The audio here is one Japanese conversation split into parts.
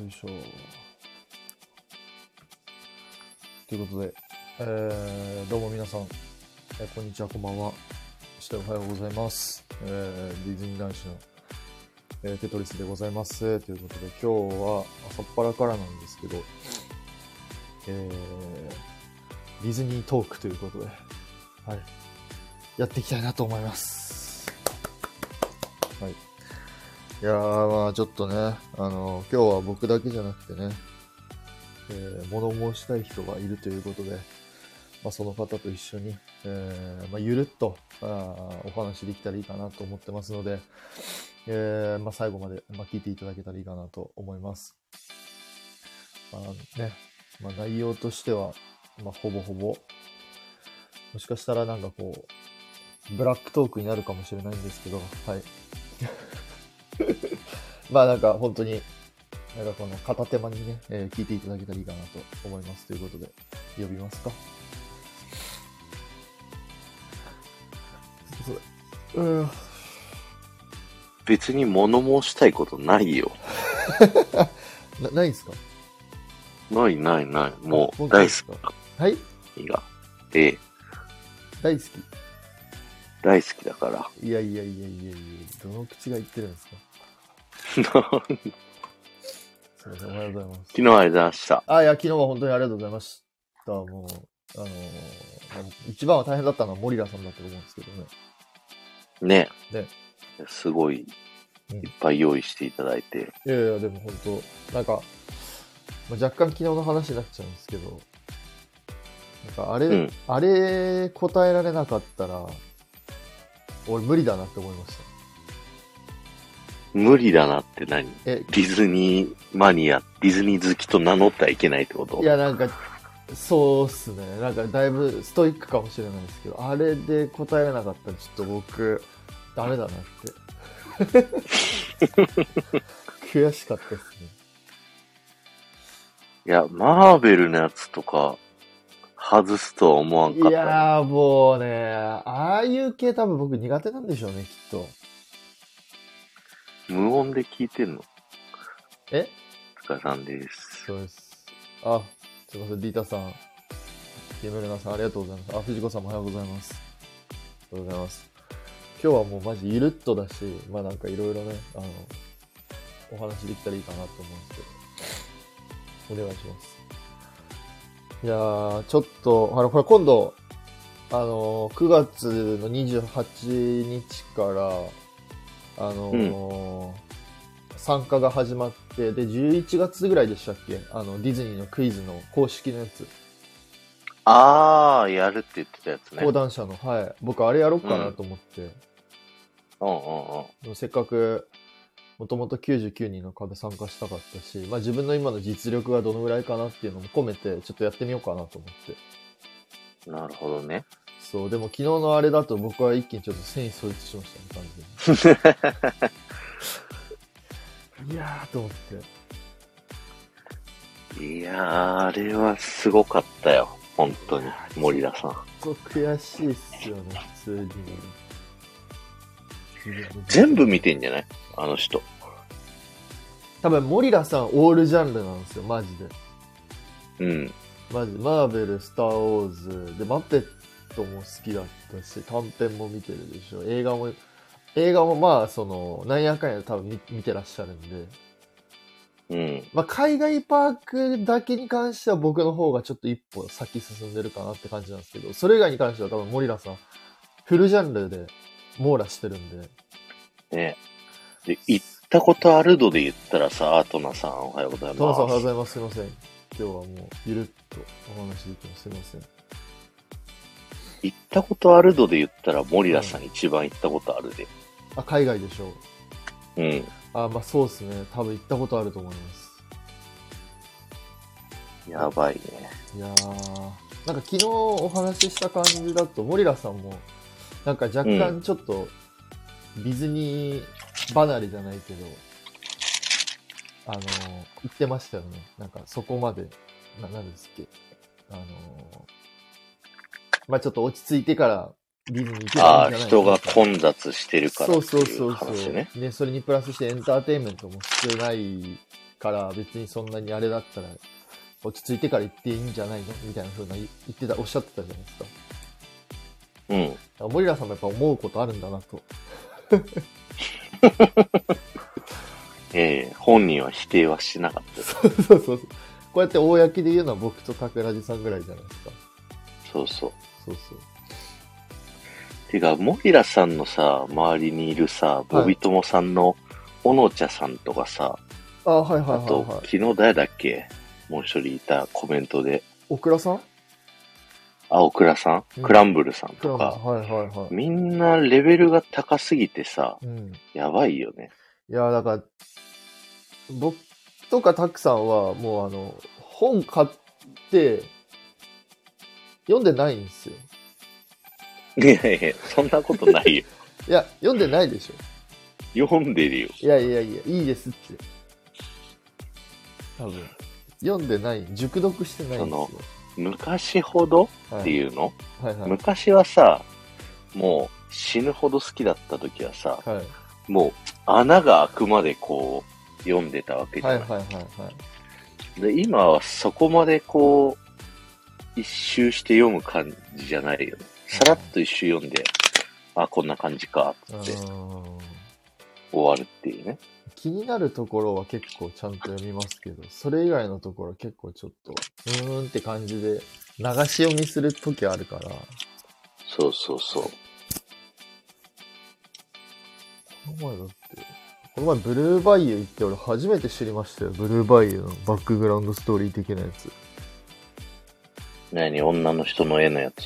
よいしょ。ということで、えーどうも皆さん、えーこんにちは、こんばんは。そしておはようございます。えーディズニー男子の、えーテトリスでございます。えーということで、今日は朝っぱらからなんですけど、えーディズニートークということで、はい、やっていきたいなと思います。はい。いやー、まあちょっとね、あの、今日は僕だけじゃなくてね、えー物申したい人がいるということで、まあ、その方と一緒に、えーまあ、ゆるっとあーお話できたらいいかなと思ってますので、えーまあ、最後まで、まあ、聞いていただけたらいいかなと思います。まあねまあ、内容としては、まあ、ほぼほぼ、もしかしたらなんかこう、ブラックトークになるかもしれないんですけど、はい。まあなんか本当に、なんかこの片手間にね、えー聞いていただけたらいいかなと思います。ということで、呼びますか。うん。別に物申したいことないよ。な、ないですかないないない。もう本当で大好すかはいきが。で、大好大好きだから。 き。いやいやいやいやいやどの口が言ってるんですか昨すいません、おはようございます。日ありがとうございました。あ、いや、昨日は本当にありがとうございました。もう、あのーまあ一番は大変だったのはモリラさんだったと思うんですけどね。ね。ねすごい、うんいっぱい用意していただいて。いやいや、でも本当、なんか、まあ、若干昨日の話になっちゃうんですけど、なんかあれ、うんあれ答えられなかったら、俺無理だなって思いました。無理だなって何え、ディズニーマニア、ディズニー好きと名乗ってはいけないってこといやなんか、そうっすね。なんかだいぶストイックかもしれないですけど、あれで答えられなかったらちょっと僕、ダメだなって。悔しかったですね。いや、マーベルのやつとか、外すとは思わんかっいたね。やーもうね、ああいう系多分僕苦手なんでしょうね、きっと。無音で聞いてんのえお疲れさんです。そうです。あ、すいません、ディータさん、ゲムルナさん、ありがとうございます。あ、藤子さんもおはようございます。おはようございます。今日はもうマジゆるっとだし、まあなんかいろいろね、あの、お話できたらいいかなと思うんですけど、お願いします。いやー、ちょっと、あの、これ今度、あの、9月の28日から、あのー参加が始まって、で、11月ぐらいでしたっけあの、ディズニーのクイズの公式のやつ。あー、やるって言ってたやつね。講談社の、はい。僕、あれやろうかなと思って。うんうんうん。でもせっかく、もともと99人の壁参加したかったし、まあ自分の今の実力がどのぐらいかなっていうのも込めて、ちょっとやってみようかなと思って。なるほどね。そう、でも昨日のあれだと僕は一気にちょっと繊維喪失しましたね、完全に。いやーと思って。いやー、あれはすごかったよ。本当に。森田さん。そう悔しいっすよね、普通に。全部見てんじゃないあの人。多分、モリラさんオールジャンルなんですよ、マジで。うん。マジ、マーベル、スター・ウォーズ、で、マペットも好きだったし、短編も見てるでしょ。映画も、映画もまあ、その、なんやかんや多分見見てらっしゃるんで、うん。まあ、海外パークだけに関しては僕の方がちょっと一歩先進んでるかなって感じなんですけど、それ以外に関しては多分モリラさん、フルジャンルで網羅してるんで、ねで、行ったことある度で言ったらさ、トナさんおはようございます。トナさんおはようございます。すいません。今日はもう、ゆるっとお話できます。すいません。行ったことある度で言ったら森田さん一番行ったことあるで。あ、海外でしょう。うん。あ、まあそうですね。多分行ったことあると思います。やばいね。いやー、なんか昨日お話しした感じだと、モリラさんも、なんか若う干ちょっと、ディズニー離れじゃないけど、あのー、言ってましたよね。なんかそこまで、な、なんですっけ。あのーまあちょっと落ち着いてからディズニー行けばあいいんじあー、ゃない人がん混雑してるからそうってそういそううそ話ね。う。ね、それにプラスしてエンターテインメントも必要ないから別にそんなにあれだったら落ち着いてから行っていいんじゃないのみたいな風な言ってた、おっしゃってたじゃないですか。だかうん。らモリラさんもやっぱ思うことあるんだなと。 ええ本人は否定はしなかったです。そうそうそう。こうやって公で言うのは僕と桜地さんぐらいじゃないですか。そうそう。そうそう。てか、モリラさんのさ、周りにいるさ、ボビトモさんの、オノチャさんとかさ、あ、はいはいあはい、とは、い。昨日誰だっけもう一人いたコメントで、オクラさん青倉さん、うんクランブルさんクラとムさかん。、はいはいはい。みんなレベルが高すぎてさ、うん。やばいよね。いや、だから、僕とかたくさんは、もうあの、本買って、読んでないんですよ。いやいや、そんなことないよ。 いや、読んでないでしょ。読んでるよ。いやいやいや、いいですって。多分。読んでない、熟読してないんですよ。昔ほどはっていうの、はいはい。昔はさ、もう死ぬほど好きだった時はさ、はいもう穴が開くまでこう読んでたわけじゃはないはいい、はいはい。で今はそこまでこう、一周して読む感じじゃないよね。さらっと一周読んで、あ、こんな感じかあってー終わるっていうね。気になるところは結構ちゃんと読みますけど、それ以外のところは結構ちょっと、うーんって感じで、流し読みするときあるから、そうそうそう。この前だって、この前ブルーバイユ行って俺初めて知りましたよ。ブルーバイユのバックグラウンドストーリー的なやつ。何女の人の絵のやつ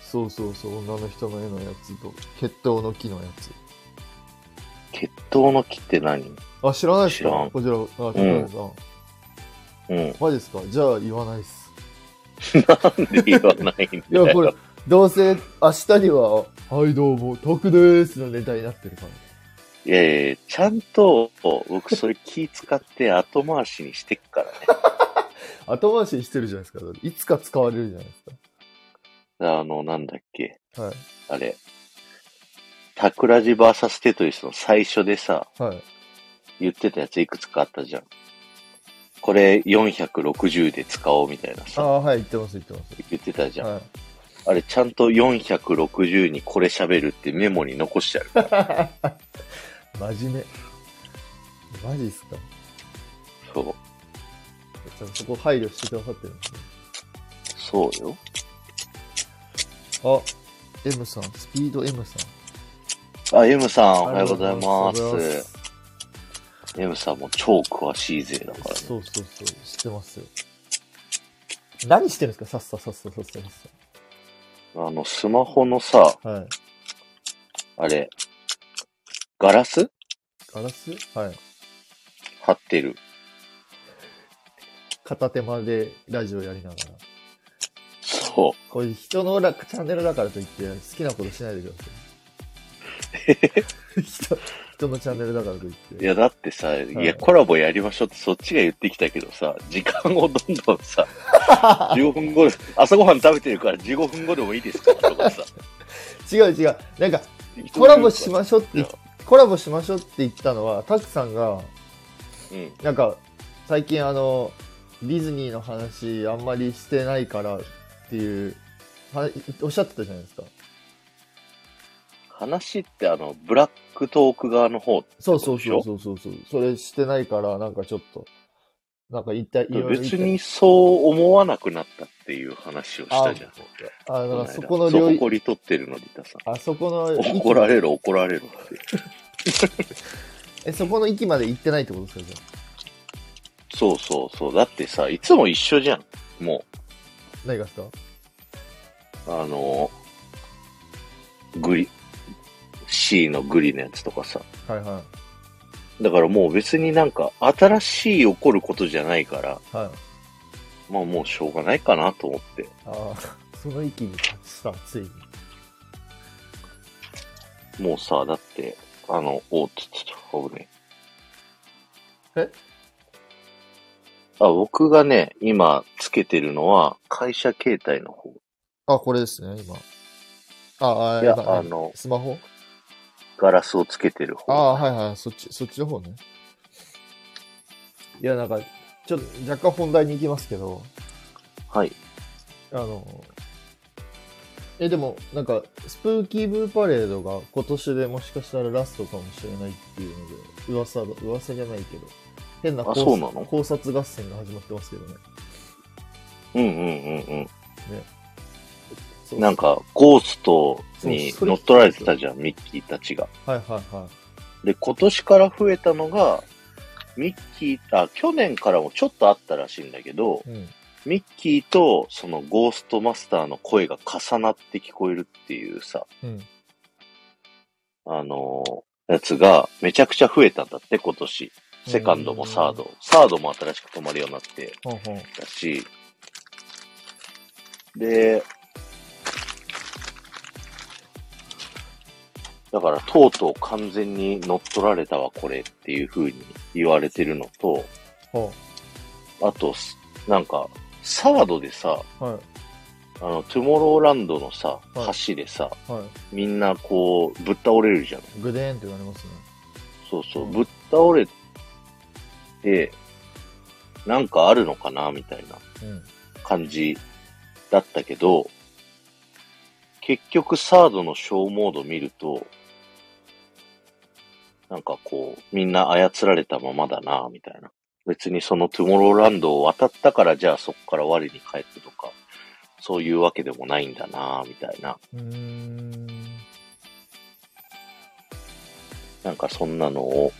そうそうそう、女の人の絵のやつと、血統の木のやつ。血統の木って何あ、知らないっす知らかんこちら、あ、知らないですか、うん。マジですかじゃあ言わないっす。なんで言わないんいや、だこよ。れ、どうせ明日には、はいどうも、徳ですのネタになってるから。いやいや、ちゃんと、僕それ気使って後回しにしてっからね。後回しにしてるじゃないですか。だっていつか使われるじゃないですあの、なんだっけ、か。はい。あれ。タクラジバーサステトリスの最初でさ、はい。言ってたやついくつかあったじゃん。これ460で使おうみたいなあさ、あ、はい、言ってます、言ってます。言ってたじゃん。はい。あれちゃんと460にこれ喋るってメモに残してある。真面目。マジっすかそう。ちゃんとそこ配慮してくださってるんですね。そうよ。あ、M さん、スピード M さん。あ、M さん、おおはようございま。はようございます M さんも超詳しい勢だからねす。。そうそうそう、知ってますよ。何してるんですかさっささっささっささっあの、スマホのさ、さ。はい。あれ、ガラスガラスはい。貼ってる。片手間でラジオやりながら。そこれ人のらチャンネルだからといって好きなことしないでください。人人のチャンネルだからといっう。いて。や、だってさ、いや、コラボやりましょうってそっちが言ってきたけどさ、時間をどんどん さ、15分後、朝ごはん食べてるから15分後でもいいですかとか さ。違う違う。なんか、コラボしましょうって言っコラボしましょうって言ったのは、タクさんが、うん。なんか、最近あの、ディズニーの話あんまりしてないからっていう、はおっしゃってたじゃないですか。話ってあの、ブラックトーク側の方。そうそうそうそうそうそう。それしてないから、なんかちょっと、なんか言いたい、いろいろ言いた別いにそう思わなくなったっていう話をしたじゃん。あ、だからそこのそう領域、誇り取ってるの、リタさん。あそこの域怒られる、怒られるって。え、そこの域まで行ってないってことですかじゃそうそうそう。だってさ、いつも一緒じゃん。もあ何がですかう、あの、グリ、C のグリのやつとかさ。はいはだからもう別になんか新しい起こることじゃないから、い。はい。まあもうしょうがないかなと思って。ああ、その域に達した、ついに。もうさ、だって、あの、おちょ、ちょ、ちょ、危ねえあ、僕がね、今つけてるのは会社携帯の方。あ、これですね、今。ああ、いや今あのスマホガラスをつけてるあ方。あ、はいはい。そっち、そっちの方ね。いや、なんか、ちょっと若干本題に行きますけど、はい。あの、え、でも、なんか、スプーキーブーパレードが今年でもしかしたらラストかもしれないっていうので、噂が、噂じゃないけど、変なあ考察そうなの考察合戦が始まってますけどね。うんうんうん。そううんなんか、ゴーストにそうそれ乗っ取られてたじゃん、ミッキーたちが。はいはいはい。で、今年から増えたのが、ミッキー、あ、去年からもちょっとあったらしいんだけど、うん。ミッキーとそのゴーストマスターの声が重なって聞こえるっていうさ、うん。あのーやつがめちゃくちゃ増えたんだって、今年。セカンドもサード。サードも新しく止まるようになってほんほん。だし、で、だからとうとう完全に乗っ取られたわ、これっていう風に言われてるのと、ほあと、なんか、サードでさ、う。はあの、トゥモローランドのさ、は橋でさ、い。はみんなこう、ぶっ倒れるじゃん。い。グデーンって言われますね。そうそう、うんぶっ倒れて、なんかあるのかな、みたいなうん。感じだったけど、結局サードのショーモード見ると、なんかこう、みんな操られたままだな、みたいな。別にそのトゥモローランドを渡ったから、じゃあそこから我に返ってとか、そういうわけでもないんだな、みたいな。うーん。なんかそんなのを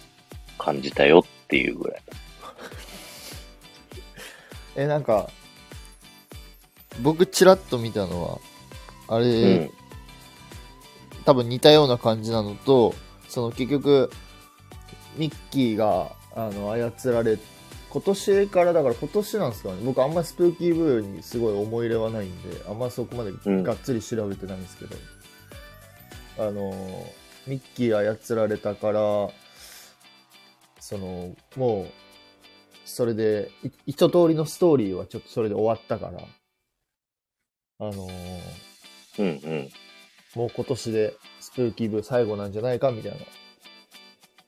感じたよっていうぐらい。え、なんか、僕ちらっと見たのは、あれ、うん。多分似たような感じなのとその結局ミッキーがあの操られ今年からだから今年なんですかね僕あんまりスプーキーブーにすごい思い入れはないんであんまりそこまでうんがっつり調べてないんですけど、あのミッキー操られたからそのもうそれでい一通りのストーリーはちょっとそれで終わったからあのうんうん。もう今年でスプーキーブ最後なんじゃないかみたいな。っ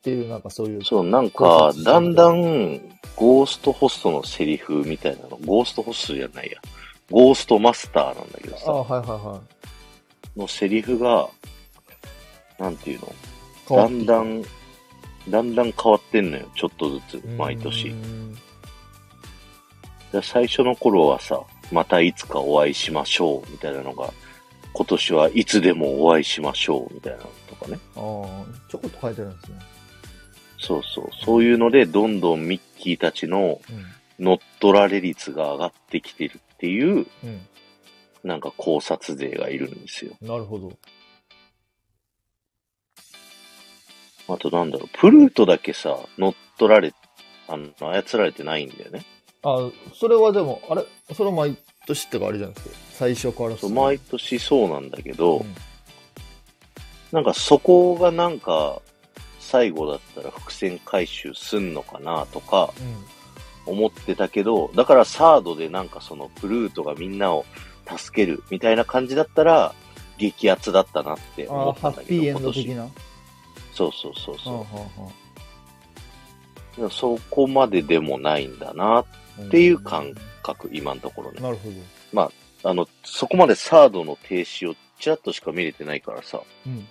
ていう、なんかそういう。そう、なん考か察、だんだん、ゴーストホストのセリフみたいなの、ゴーストホストじゃないや、ゴーストマスターなんだけどあさ、はいはいはのセリフが、なんていうのい。だんだ変わん、だんだん変わってんのよ、ちょっとずつって、きた毎年う。んで最初の頃はさ、またいつかお会いしましょう、みたいなのが、今年はいつでもお会いしましょう、みたいなのとかね。ああ、ちょこっと変えてるんですね。そうそう。そういうので、どんどんミッキーたちの乗っ取られ率が上がってきてるっていう、うん。なんか考察勢がいるんですよ。うん。なるほど。あとなんだろう、プルートだけさ、乗っ取られ、あの、操られてないんだよね。あそれはでも、あれそれは毎年ってかあれじゃないですか。最初からそう、毎毎年そうなんだけど、うんなんかそこがなんか、最後だったら伏線回収すんのかなとか思ってたけど、だからサードでなんかそのプルートがみんなを助けるみたいな感じだったら、激アツだったなってあ思あ、ったハんだッけピど、ーエン今ド的年。な。そうそうそうああそう。はでもそこまででもないんだなっあっていう感覚、今のところうんね。なるほど。あの、そこまでサードの停止をちらっとしか見れてないからさ、うん。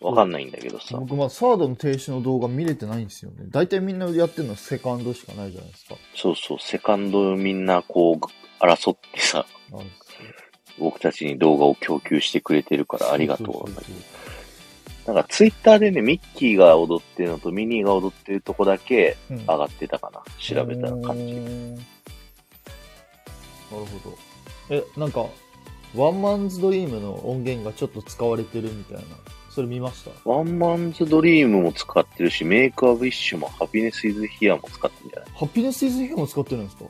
わかんないんだけどさ、僕、まあ、サードの停止の動画見れてないんですよね。大体みんなやってるのはセカンドしかないじゃないですか。そうそう、セカンドみんなこう、争ってさ、なる僕たちに動画を供給してくれてるからありがとうそなんそだけそど。なんかツイッターでね、ミッキーが踊ってるのとミニーが踊ってるとこだけうん上がってたかな。調べたら感うーじ。んなるほどえなんかワンマンズドリームの音源がちょっと使われてるみたいなそれ見ましたワンマンズドリームも使ってるし、メイクアウィッシュもハピネスイズヒアも使ってるんじゃないハッピネスイズヒューも使ってるんですか、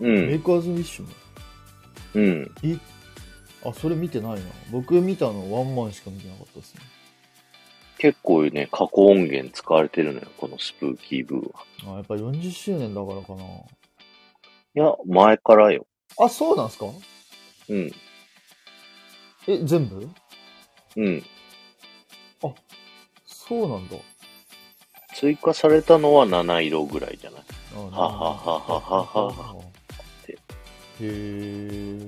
メイクアズウィッシュもうん、うん。えあそれ見てないな僕見たのワンマンしか見てなかったですね結構ね、過去音源使われてるのよ、このスプーキーブーは。あやっぱ40周年だからかないや、前からよ。あそうなんですかうん、え全部うん。そうなんだツ追加されたのは七色ぐらいじゃないあははははははへえ。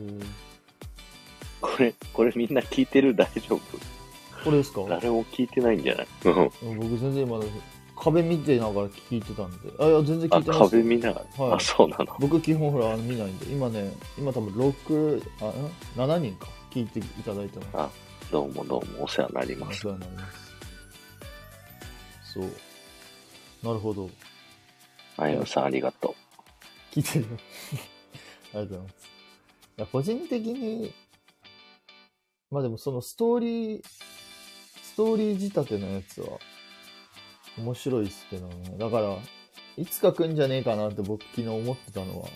これ、これみんな聞いてる大丈夫これですか誰も聞いてないんじゃないうん僕全然今、壁見てながら聞いてたんで。あ、いや、全然聞あ、いてないです壁見ながら。はいあ、そうなの。僕基本ほら、あの見ないんで。今ね、今多分6、あ、ん7人か。聞いていただいたの。あどうもどうもお世話になりまおす。世話になります。そう。なるほど。あやさんありがと聞いてる よ。ありがとうございます。いや個人的に、まあでもそのストーリー、ストーリー仕立てのやつは面白いっすけどね。だから、いつか来んじゃねえかなって僕昨日思ってたのは、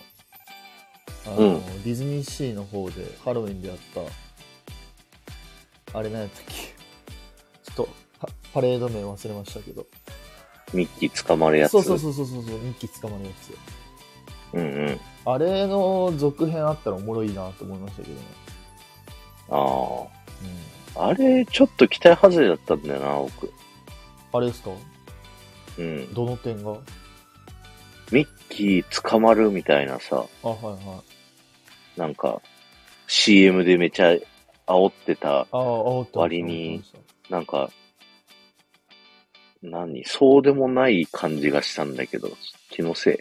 あの、うんディズニーシーの方でハロウィンでやった、あれ何やったっけ。ちょっとパ、パレード名忘れましたけど。う。ミッキー捕まるやつ。そうそうそうそうそう、ミッキー捕まるやつ。うんうん。あれの続編あったらおもろいなと思いましたけどね。うあん、あ。あれ、ちょっと期待外れだったんだよな、僕。あれですかうん。どの点がミッキー捕まるみたいなさ、あ、はいはい。なんか、CM でめちゃ煽ってた、ああ、煽ってました割に。なんか、何そうでもない感じがしたんだけど、気のせい。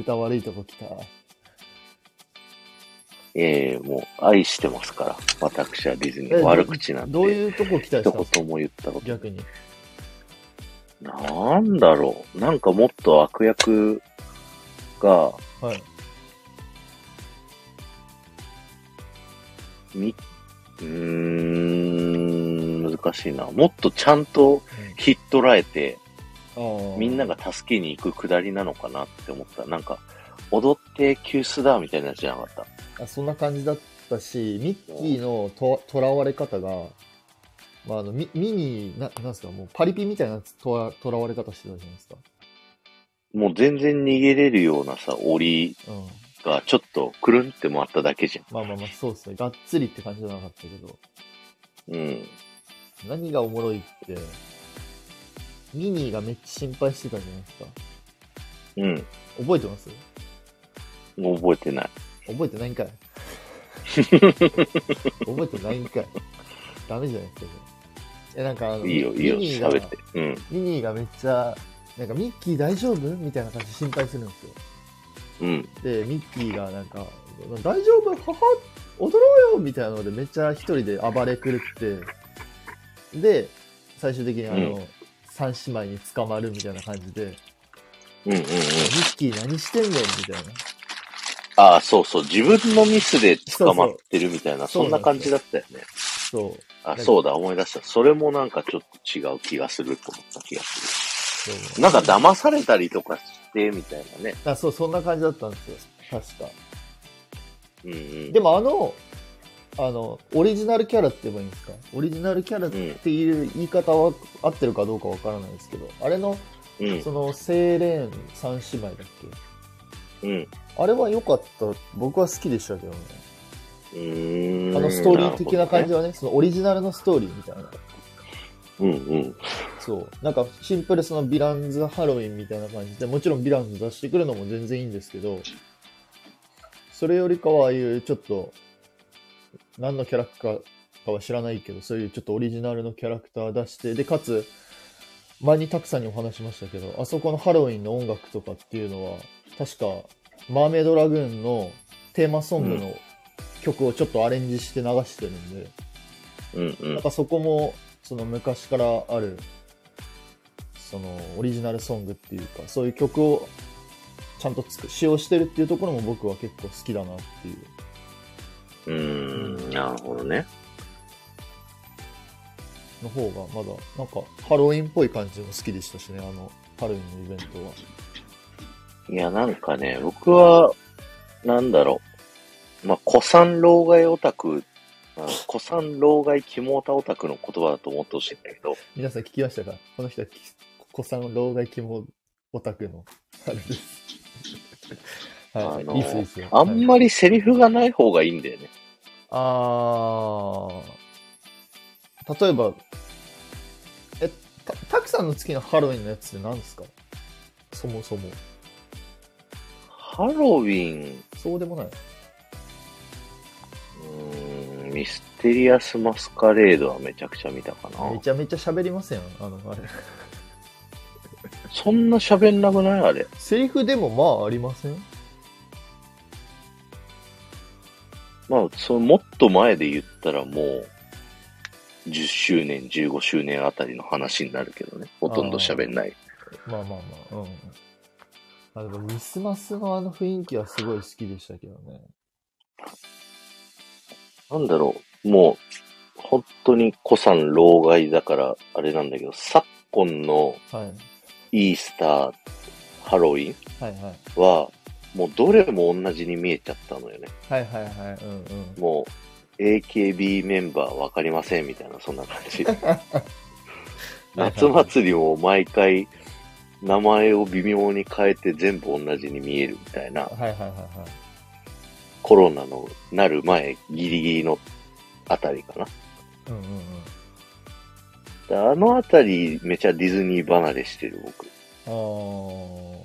歌悪いとこ来た。ええもう愛してますから、私はディズニー。悪口なんどうて、いうとこ来たりしたんで一すか言も言ったこと逆に。なんだろう。なんかもっと悪役が、はい。み、うーん、難しいな。もっとちゃんとひっ捕らえて、うん、ああみんなが助けに行くくだりなのかなって思った。なんか、踊って救出だみたいなやつじゃなかっあ。そんな感じだったし、ミッキーのと囚われ方が、まあ、あのミミニー、ななんですか、もうパリピみたいなとわ囚われ方してたじゃないですか。た。もう全然逃げれるようなさ、檻うん。がちょっとくるんって回っただけじゃまあまあまあ、そうですね。がっつりって感じじゃなかったけど。ん。うん。何がおもろいって、ミニーがめっちゃ心配してたじゃないですか。うん。覚えてますもう覚えてない。覚えてないんか い覚えてないんかいダメじゃないですか、え、なんかあの、いいよ、いいよ、ミニーが喋って。うん。ミニーがめっちゃ、なんかミッキー大丈夫みたいな感じで心配するんですよ。うん。で、ミッキーがなんか、大丈夫母踊ろうよみたいなのでめっちゃ一人で暴れ狂って、で、最終的にあうの、三姉妹に捕まるみたいな感じで、うんうんうん。ミッキー何してんねんみたいな。ああ、そうそう。自分のミスで捕まってるみたいな、そうそうそんな感じだったよね。そう。あ、そうだ、思い出した。それもなんかちょっと違う気がすると思った気がすそうる。なんか騙されたりとかして、みたいなね。あそう、そんな感じだったんですよ。確か。うんうん。でもあの、あの、オリジナルキャラって言えばいいんですかオリジナルキャラっていう言い方は合ってるかどうかわからないですけど、あれの、うんその、セーレーン三姉妹だっうん。けあれは良かった。僕は好きでしたけどね。うーん。あのストーリー的な感じるはね、そのオリジナルのストーリーみたいな。ほどね。うんうん。そう。なんかシンプルそのヴィランズハロウィンみたいな感じで、もちろんヴィランズ出してくるのも全然いいんですけど、それよりかはああいうちょっと、何のキャラクターかは知らないけど、そういうちょっとオリジナルのキャラクター出して、で、かつ、前にたくさんにお話しましたけど、あそこのハロウィンの音楽とかっていうのは、確か、マーメイドラグーンのテーマソングの曲をちょっとアレンジして流してるんで、うんうなんん。かそこも、その昔からある、そのオリジナルソングっていうか、そういう曲をちゃんとつく使用してるっていうところも僕は結構好きだなっていう。うーん。なるほどね。の方がまだ、なんかハロウィンっぽい感じも好きでしたしね、あの、ハロウィンのイベントは。いや、なんかね、僕は、なんだろう。まあ、古参老害オタク、まあ古参老害キモオタオタクの言葉だと思ってほしいんだけど、皆さん聞きましたかこの人はき、子さん、老害肝オタクの、あれです。はあい、のいいっすいいっすよ。あんはいまりセリフがない方がいいんだよね。あー例えば、え、たクさんの好きなハロウィンのやつって何ですかそもそも。ハロウィン、そうでもない。うーん、ミステリアスマスカレードはめちゃくちゃ見たかなめ。ちゃめちゃ喋りませんあの、あれ。そんな喋んなくないあれ。セリフでもまあありませんまあ、そのもっと前で言ったらもう、10周年、15周年あたりの話になるけどね。ほとんど喋んない。まあまあまあ、うん。あでもミスマスのあの雰囲気はすごい好きでしたけどね。なんだろう。もう、本当に古参老害だから、あれなんだけど、昨今のはい。イースター、ハロウィンはいはい。は、もうどれも同じに見えちゃったのよね。はいはいはい。うんうん。もう、AKB メンバーわかりませんみたいな、そんな感 じ。夏祭りも毎回、名前を微妙に変えて全部同じに見えるみたいな、はいはいはいはい。コロナのなる前、ギリギリのあたりかな。うんうんうん。であのあたり、めちゃディズニー離れしてる、僕。あー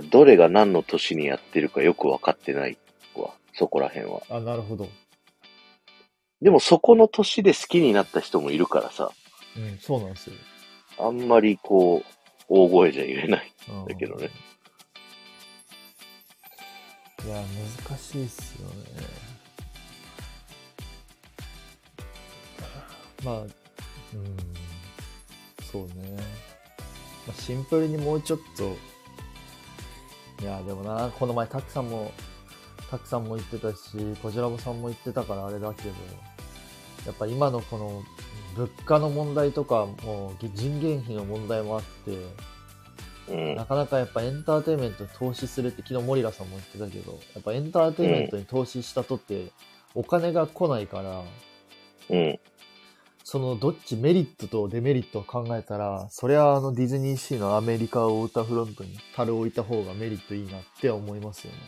でどれが何の年にやってるかよくわかってないわ、そこら辺は。あ、なるほど。でもそこの年で好きになった人もいるからさ、うん、そうなんですよ。あんまりこう、大声じゃ言えない。うんだけどね。いや、難しいっすよね。まあ、うん、そうね。まあ、シンプルにもうちょっと、いや、でもな、この前、たくさんも、たくさんも言ってたし、こじらぼさんも言ってたからあれだけど、やっぱ今のこの物価の問題とか、もう人件費の問題もあって、うん。なかなかやっぱエンターテインメントに投資するって昨日モリラさんも言ってたけどやっぱエンターテインメントに投資したとってお金が来ないからうん。そのどっちメリットとデメリットを考えたらそりゃあのディズニーシーのアメリカをウォーターフロントに樽を置いた方がメリットいいなって思いますよね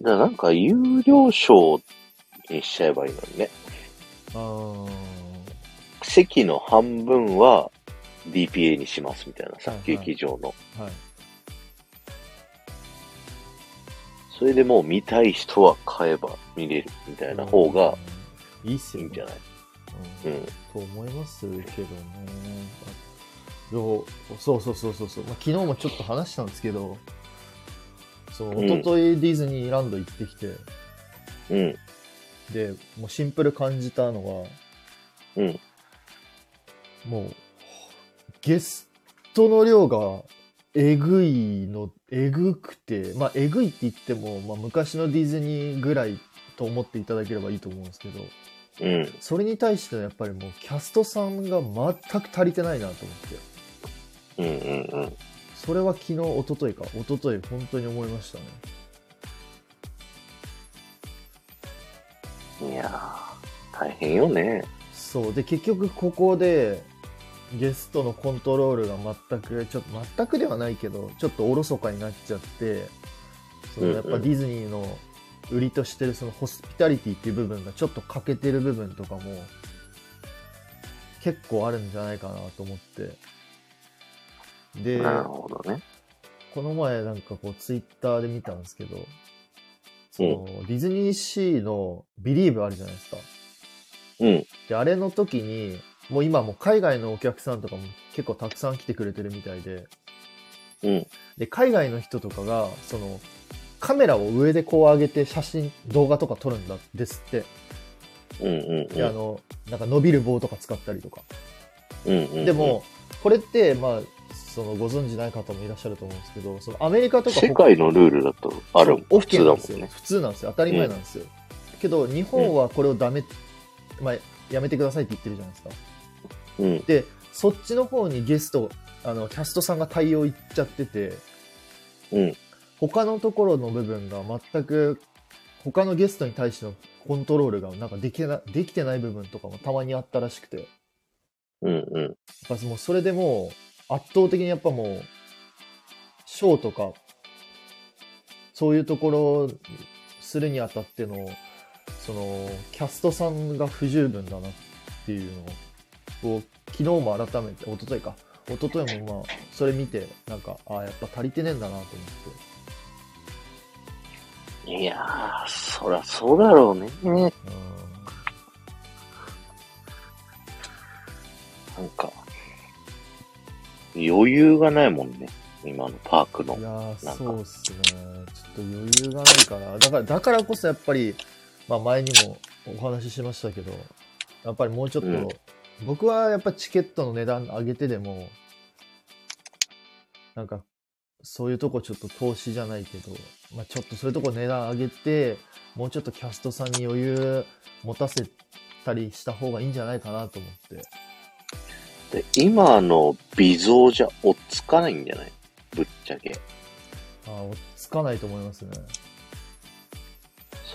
だからなんか、有料賞にしちゃえばいいのにね。うーん席の半分は DPA にしますみたいなさはい、はい劇場の。はいそれでもう見たい人は買えば見れるみたいな方がうんいいっすいよ、ね、いんじゃないうんうん。と思いますけどね。そうそうそうそうそうそう、まあ、昨日もちょっと話したんですけど、そう、うん一昨日ディズニーランド行ってきて、うん。で、もうシンプル感じたのが、うんもう、ゲストの量が、えぐいの、えぐくて、まあ、えぐいって言っても、まあ、昔のディズニーぐらいと思っていただければいいと思うんですけど、うん。それに対してやっぱりもうキャストさんが全く足りてないなと思ってうん。うん。うん。それは昨日一昨日か一昨日本当に思いましたねいやー、大変よね。そうで結局ここでゲストのコントロールが全くちょっと全くではないけどちょっとおろそかになっちゃってそのうんうんやっぱディズニーの売りとしてるそのホスピタリティっていう部分がちょっと欠けてる部分とかも結構あるんじゃないかなと思ってでなるほどね。この前なんかこうツイッターで見たんですけど、そのディズニーシーのビリーブあるじゃないですか。うん。で、あれの時に、もう今もう海外のお客さんとかも結構たくさん来てくれてるみたいで、うん。で、海外の人とかが、その、カメラを上でこう上げて写真、動画とか撮るんだですって。うん。うん。で、あの、なんか伸びる棒とか使ったりとか。うん。うん。でも、これって、まあ、そのご存知ない方もいらっしゃると思うんですけど、そのアメリカとか他世界のルールだとあるもんそう普 OK 通なだんもですよんね。普通なんですよ当たり前なんですよ、けど日本はこれをダメ、まあ、やめてくださいって言ってるじゃないですかうん。でそっちの方にゲストあのキャストさんが対応いっちゃっててうん。他のところの部分が全く他のゲストに対してのコントロールがなんかできなできてない部分とかもたまにあったらしくてやっうん。うん。ぱもうそれでもう圧倒的にやっぱもうショーとかそういうところをするにあたってのそのキャストさんが不十分だなっていうのをを昨日も改めて一昨日か一昨日もまあそれ見てなんかああやっぱ足りてねえんだなと思いやー、そらそうだろうね。ねってなんか、余裕がないもんね。今のパークうのんい。やなーんかそうっすねちょっと余裕がないからだからだからこそやっぱり、まあ、前にもお話ししましたけどやっぱりもうちょっと、うん僕はやっぱチケットの値段上げてでもなんかそういうとこちょっと投資じゃないけど、まあ、ちょっとそういうとこ値段上げてもうちょっとキャストさんに余裕持たせたりした方がいいんじゃないかなと思ってで今の微増じゃ追っつかないんじゃないぶっちゃけ。あー落ち着かないと思いますね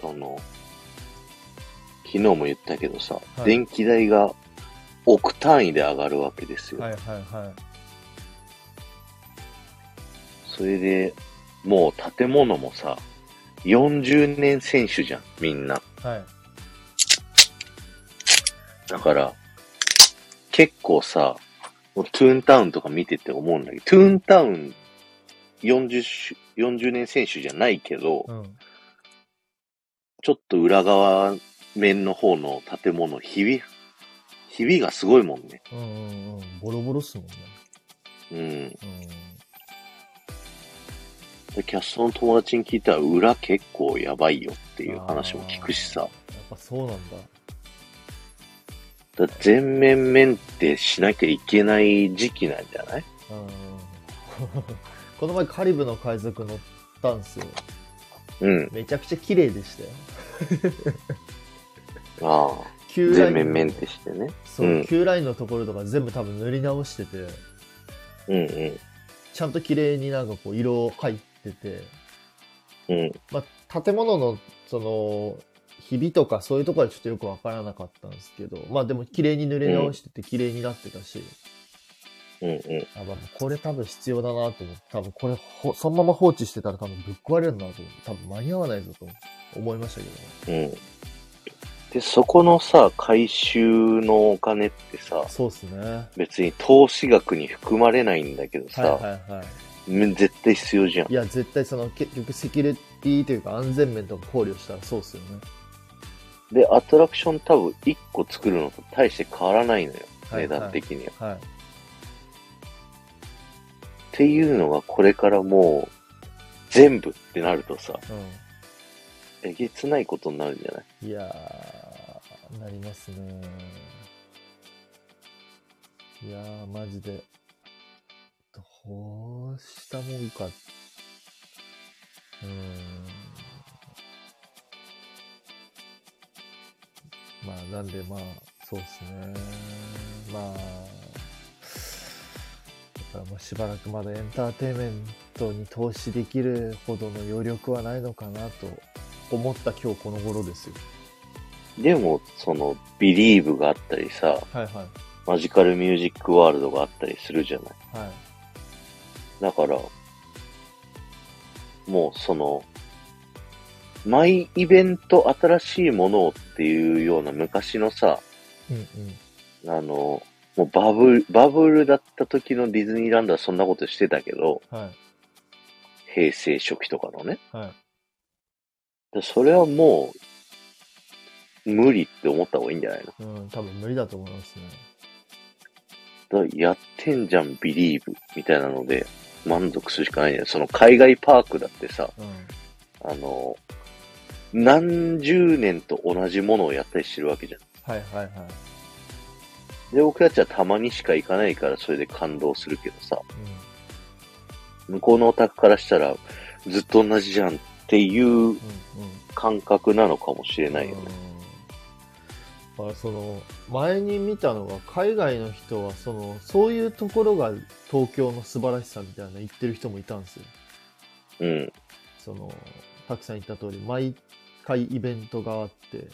その、昨日も言ったけどさ、はい電気代が億単位で上がるわけですよ。はいはいはいそれで、もう建物もさ、40年選手じゃん、みんな。はいだから、結構さ、もうトゥーンタウンとか見てて思うんだけど、トゥーンタウン40し、40年選手じゃないけど、うんちょっと裏側面の方の建物、ひび、ひびがすごいもんね。うんうんうん、ボロボロっすもんね。うん。うでキャストの友達に聞いたら裏結構やばいよってん。いう話も聞くしさ。あー。やっぱそうなんだ。だから全面面ってしなきゃいけない時期なんじゃないうん。 この前カリブの海賊乗ったんすよ。うん。めちゃくちゃ綺麗でしたよ。ああ。旧ライ全ン面面ってしてね。そう、うん Q ラインのところとか全部多分塗り直してて、うんちゃんと綺麗になんかこう色入ってて、うん。うん。まあ、建物のその、ひびとかそういうところはちょっとよくわからなかったんですけど、まあでも綺麗に塗り直してて綺麗になってたし、うんうん。あ、まあ、これ多分必要だなと思って、多分これほ、そのまま放置してたら多分ぶっ壊れるなと思って、多分間に合わないぞと思いましたけどね。うん。で、そこのさ、回収のお金ってさ、そうっすね。は別に投資額に含まれないんだけどいさ、はいはい。め絶対必要じゃんい。や、絶対その、結局セキュリティというか安全面とか考慮したらそうっすよね。で、アトラクション多分1個作るのと大して変わらないのよ。はい値段的には。っはい。ていうのがこれからもう、全部ってなるとさ、えげつないことになるんじゃないうん。いやー、なりますね。いやー、マジで。どうしたもんか。うーん。まあ、なんでまあ、そうですね。まあ、だからもうしばらくまだエンターテインメントに投資できるほどの余力はないのかなと思った今日この頃ですよ。でも、その、ビリーブがあったりさ、はいはい。マジカルミュージックワールドがあったりするじゃないはい。だから、もうその、毎イベント新しいものをっていうような昔のさ、うんうん。あの、もうバブル、バブルだった時のディズニーランドはそんなことしてたけど、はい。平成初期とかのね。はい。でそれはもう、無理って思った方がいいんじゃないのうん、多分無理だと思いますね。だからやってんじゃん、ビリーブみたいなので、満足するしかないんじゃないその海外パークだってさ、うあの、何十年と同じものをやったりしてるわけじゃん。ん。はいはいはい。で、僕たちはたまにしか行かないからそれで感動するけどさ、向こうのオタクからしたらずっと同じじゃんっていううん、うん、うん。感覚なのかもしれないようんね。だからその前に見たのは海外の人はそのそういうところが東京の素晴らしさみたいなの言ってる人もいたんですようん。そのたくさん言った通り毎回イベントがあって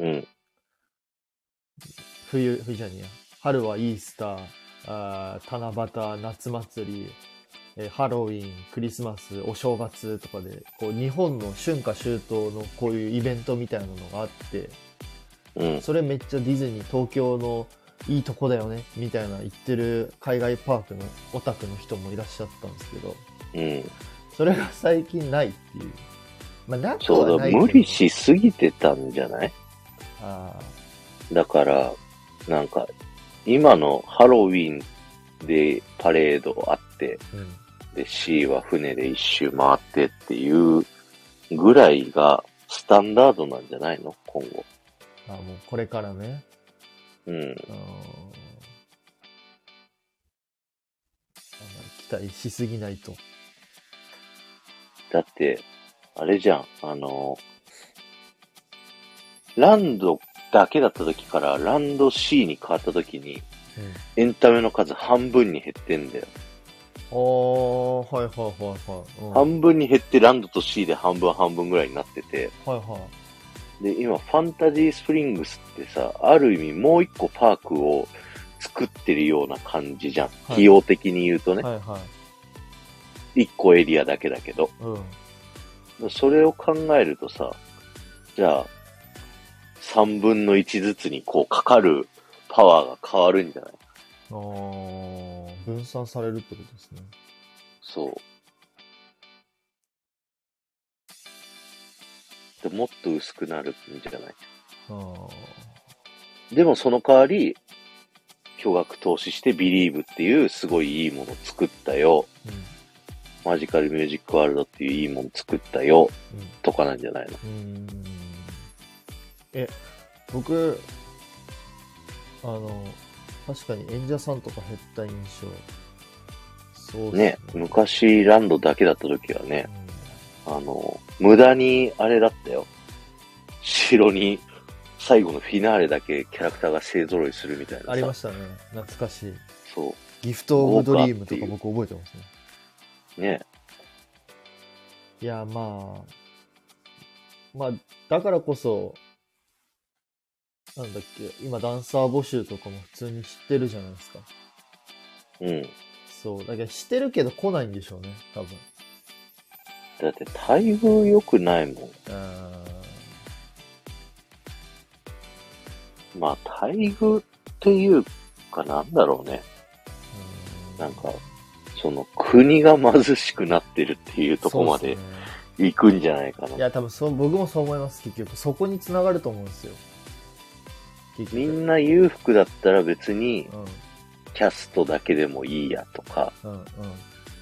うん。冬冬じゃねえや春はイースターあー七夕夏祭りえーハロウィンクリスマスお正月とかでこう日本の春夏秋冬のこういうイベントみたいなのがあってうん。それめっちゃディズニー東京のいいとこだよねみたいな言ってる海外パークのオタクの人もいらっしゃったんですけどうん。それが最近ないっていうまあなくそうはだ、ないけど無理しすぎてたんじゃないあだから、なんか、今のハロウィンでパレードあって、ー、うん、で、C は船で一周回ってっていうぐらいがスタンダードなんじゃないの今後。あーもうこれからねうん。あーあんまり期待しすぎないとだって、あれじゃん、あの、ランドだけだった時からランド C に変わった時にうんエンタメの数半分に減ってんだよ。ああはいはいはいはい、うん、はい半分に減ってランドと C で半分半分ぐらいになってて、はで、今ファンタジースプリングスってさ、ある意味もう一個パークを作ってるような感じじゃん。い費用的に言うといね、はいはい一個エリアだけだけど。うんそれを考えるとさ、じゃあ、3分の1ずつにこうかかるパワーが変わるんじゃないあー分散されるってことですねそう。でもっと薄くなるんじゃないあーでもその代わり、巨額投資してビリーブっていうすごいいいものを作ったよ。うマジカルミュージックワールドっていういいもの作ったよ。んうんとかなんじゃないのうーんえ僕あの確かに演者さんとか減った印象そうですね。昔ランドだけだった時はねう、んあの、無駄にあれだったよ。城に最後のフィナーレだけキャラクターが勢揃いするみたいなさ。ありましたね懐かしいそギフト・オブ・ドリームと豪華っていかう僕覚えてますねう。ね。いやまあまあだからこそなんだっけ今ダンサー募集とかも普通に知ってるじゃないですかうん。そうだけど知ってるけど来ないんでしょうね多分だって待遇良くないもうーんん。まあ、待遇っていうかなんだろうね。なんか、その国が貧しくなってるっていうとこまそうでっすね行くんじゃないかな。いや多分そう僕もそう思います結局そこに繋がると思うんですよ結局みんな裕福だったら別にうんキャストだけでもいいやとか、うん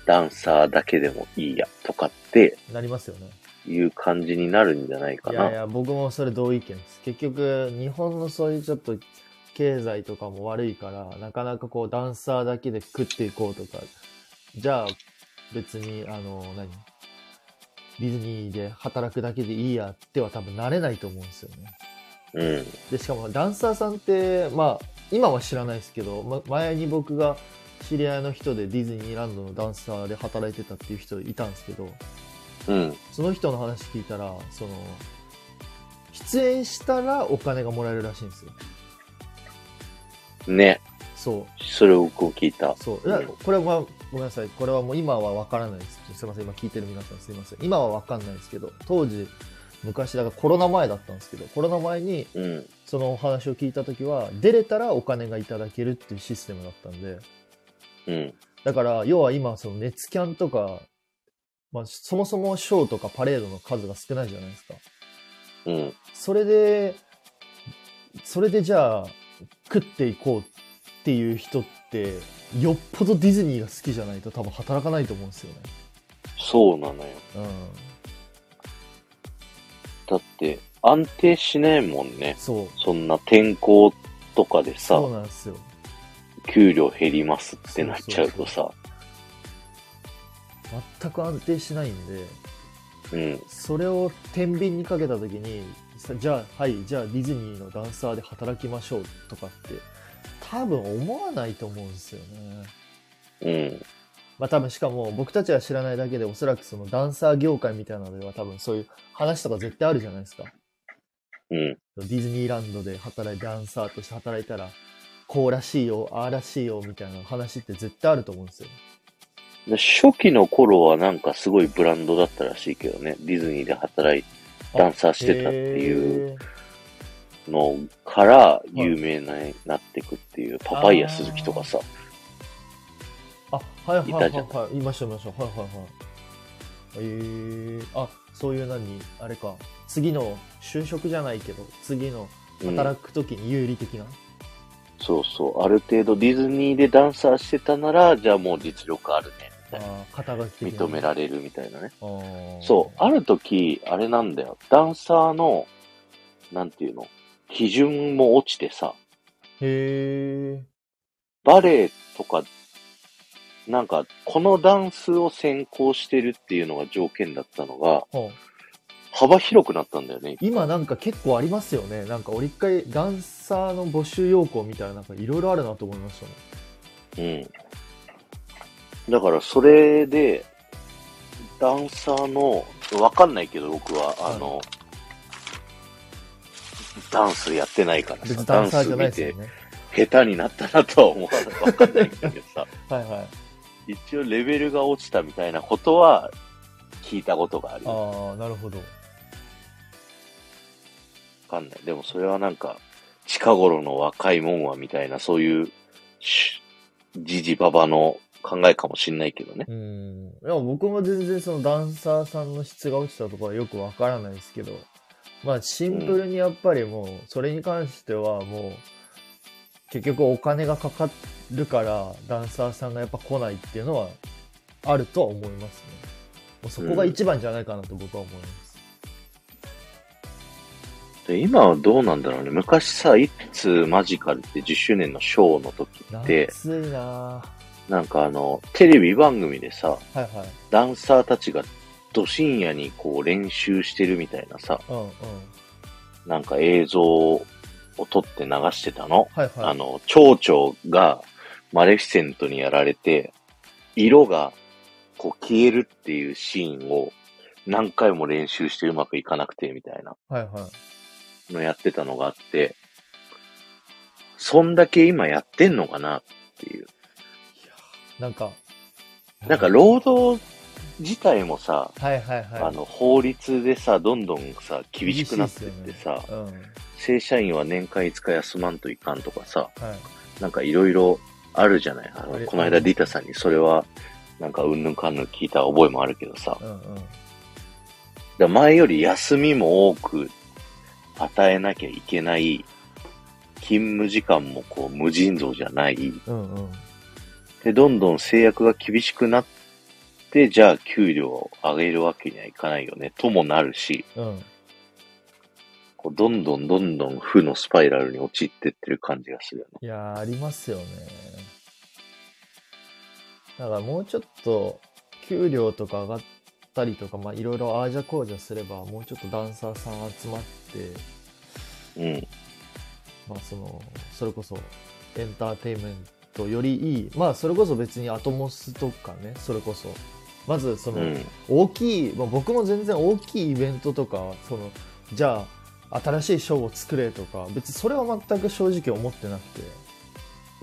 ダンサーだけでもいいやとかってうんなりますよねいう感じになるんじゃないかいな。やいや僕もそれ同意見です結局日本のそういうちょっと経済とかも悪いからなかなかこうダンサーだけで食っていこうとかじゃあ別にあの何ディズニーで働くだけでいいやっては多分なれないと思うんですよねうん。でしかもダンサーさんってまあ今は知らないですけど、ま、前に僕が知り合いの人でディズニーランドのダンサーで働いてたっていう人いたんですけどうん。その人の話聞いたらその出演したらお金がもらえるらしいんですよね。そそれを僕も聞いたう。そういやこれはごめんなさいこれはもう今は分からないですすいません今聞いてる皆さんすいません今は分かんないですけど当時昔だからコロナ前だったんですけどコロナ前にうん。そのお話を聞いた時は出れたらお金がいただけるっていうシステムだったんでうん。だから要は今その熱キャンとか、まあ、そもそもショーとかパレードの数が少ないじゃないですかうん。それでそれでじゃあ食っていこうっていう人ってよっぽどディズニーが好きじゃないと多分働かないと思うんですよねそうなのよ。うんだって安定しねえもんね。そうそんな天候とかでさそ、うなんですよ給料減りますってなっちゃうとさ、全く安定しないんでうん。それを天秤にかけた時にさじゃあはいじゃあディズニーのダンサーで働きましょうとかって多分思わないと思うんですよねうん。まあ多分しかも僕たちは知らないだけでおそらくそのダンサー業界みたいなのでは多分そういう話とか絶対あるじゃないですかうん。ディズニーランドで働いてダンサーとして働いたらこうらしいよああらしいよみたいな話って絶対あると思うんですよで初期の頃はなんかすごいブランドだったらしいけどね。ディズニーで働い、ダンサーしてたっていうへーのから有名な,、なってくっていう、パパイヤ鈴木とかさ、あ、はいはいはいいたじゃはい。言いました、言いました。はいはいはい。えー、あ、そういう何あれか。次の、就職じゃないけど、次の、うん働くときに有利的な。そうそう、ある程度ディズニーでダンサーしてたなら、じゃあもう実力あるね、みたいな。あー肩書き的な。認められるみたいなね。あーそう、ある時、あれなんだよ。ダンサーの、なんていうの、基準も落ちてさ、へえ。バレエとか、なんか、このダンスを専攻してるっていうのが条件だったのが、はあ幅広くなったんだよね。今なんか結構ありますよね。なんか俺一回ダンサーの募集要項みたいななんかいろいろあるなと思いましたね。うん。だから、それで、ダンサーの、わかんないけど、僕は、あの、ダンスやってないから別さ、にダダンンサースじゃないで見すよて、ね。下手になったなとは思わない。わかんないんだけどさ、はいはい。一応レベルが落ちたみたいなことは、聞いたことがある。わああ、なるほど。かんない。でも、それはなんか、近頃の若いもんはみたいな、そういう、しじじばばの考えかもしんないけどね。うん。いや、僕も全然そのダンサーさんの質が落ちたとかはよくわからないですけど、まあシンプルにやっぱりもう、それに関してはもう、結局お金がかかるから、ダンサーさんがやっぱ来ないっていうのは、あるとは思いますね。もうそこが一番じゃないかなと僕は思います。で今はどうなんだろうね。昔さ、いつマジカルって10周年のショーの時って、夏いななんかあの、テレビ番組でさ、ぁ。はいはい。ダンサーたちがど深夜にこう練習してるみたいなさ、うんうん。なんか映像を撮って流してたの。はいはい。あの、蝶々がマレフィセントにやられて、色がこう消えるっていうシーンを何回も練習してうまくいかなくてみたいな。はいはい。のやってたのがあって、そんだけ今やってんのかなっていう。なんか、なんか労働自体もさ、はいはいはい。あの法律でさ、どんどんさ、厳しくなってって厳しいさ、っすよね正社員は年間5日休まんといかんとかさ、うん。はい。なんかいろいろあるじゃない。ああのれこの間リタさんにそれは、なんかうんぬんかんぬん聞いた覚えもあるけどさ、だかうんうん。ら前より休みも多く与えなきゃいけない、勤務時間もこう無尽蔵じゃない、うんうん。で、どんどん制約が厳しくなって、じゃあ給料を上げるわけにはいかないよね、ともなるし、うん。こうどんどんどんどん負のスパイラルに陥ってってる感じがするよいね。やー、ありますよね。だからもうちょっと、給料とか上がったりとか、まあいろいろああじゃこうじゃすれば、もうちょっとダンサーさん集まって、うん。まあその、それこそエンターテインメントよりいい、まあそれこそ別にアトモスとかね、それこそ。まずその、うん。大きい、まあ、僕も全然大きいイベントとかそのじゃあ新しいショーを作れとか別にそれは全く正直思ってなく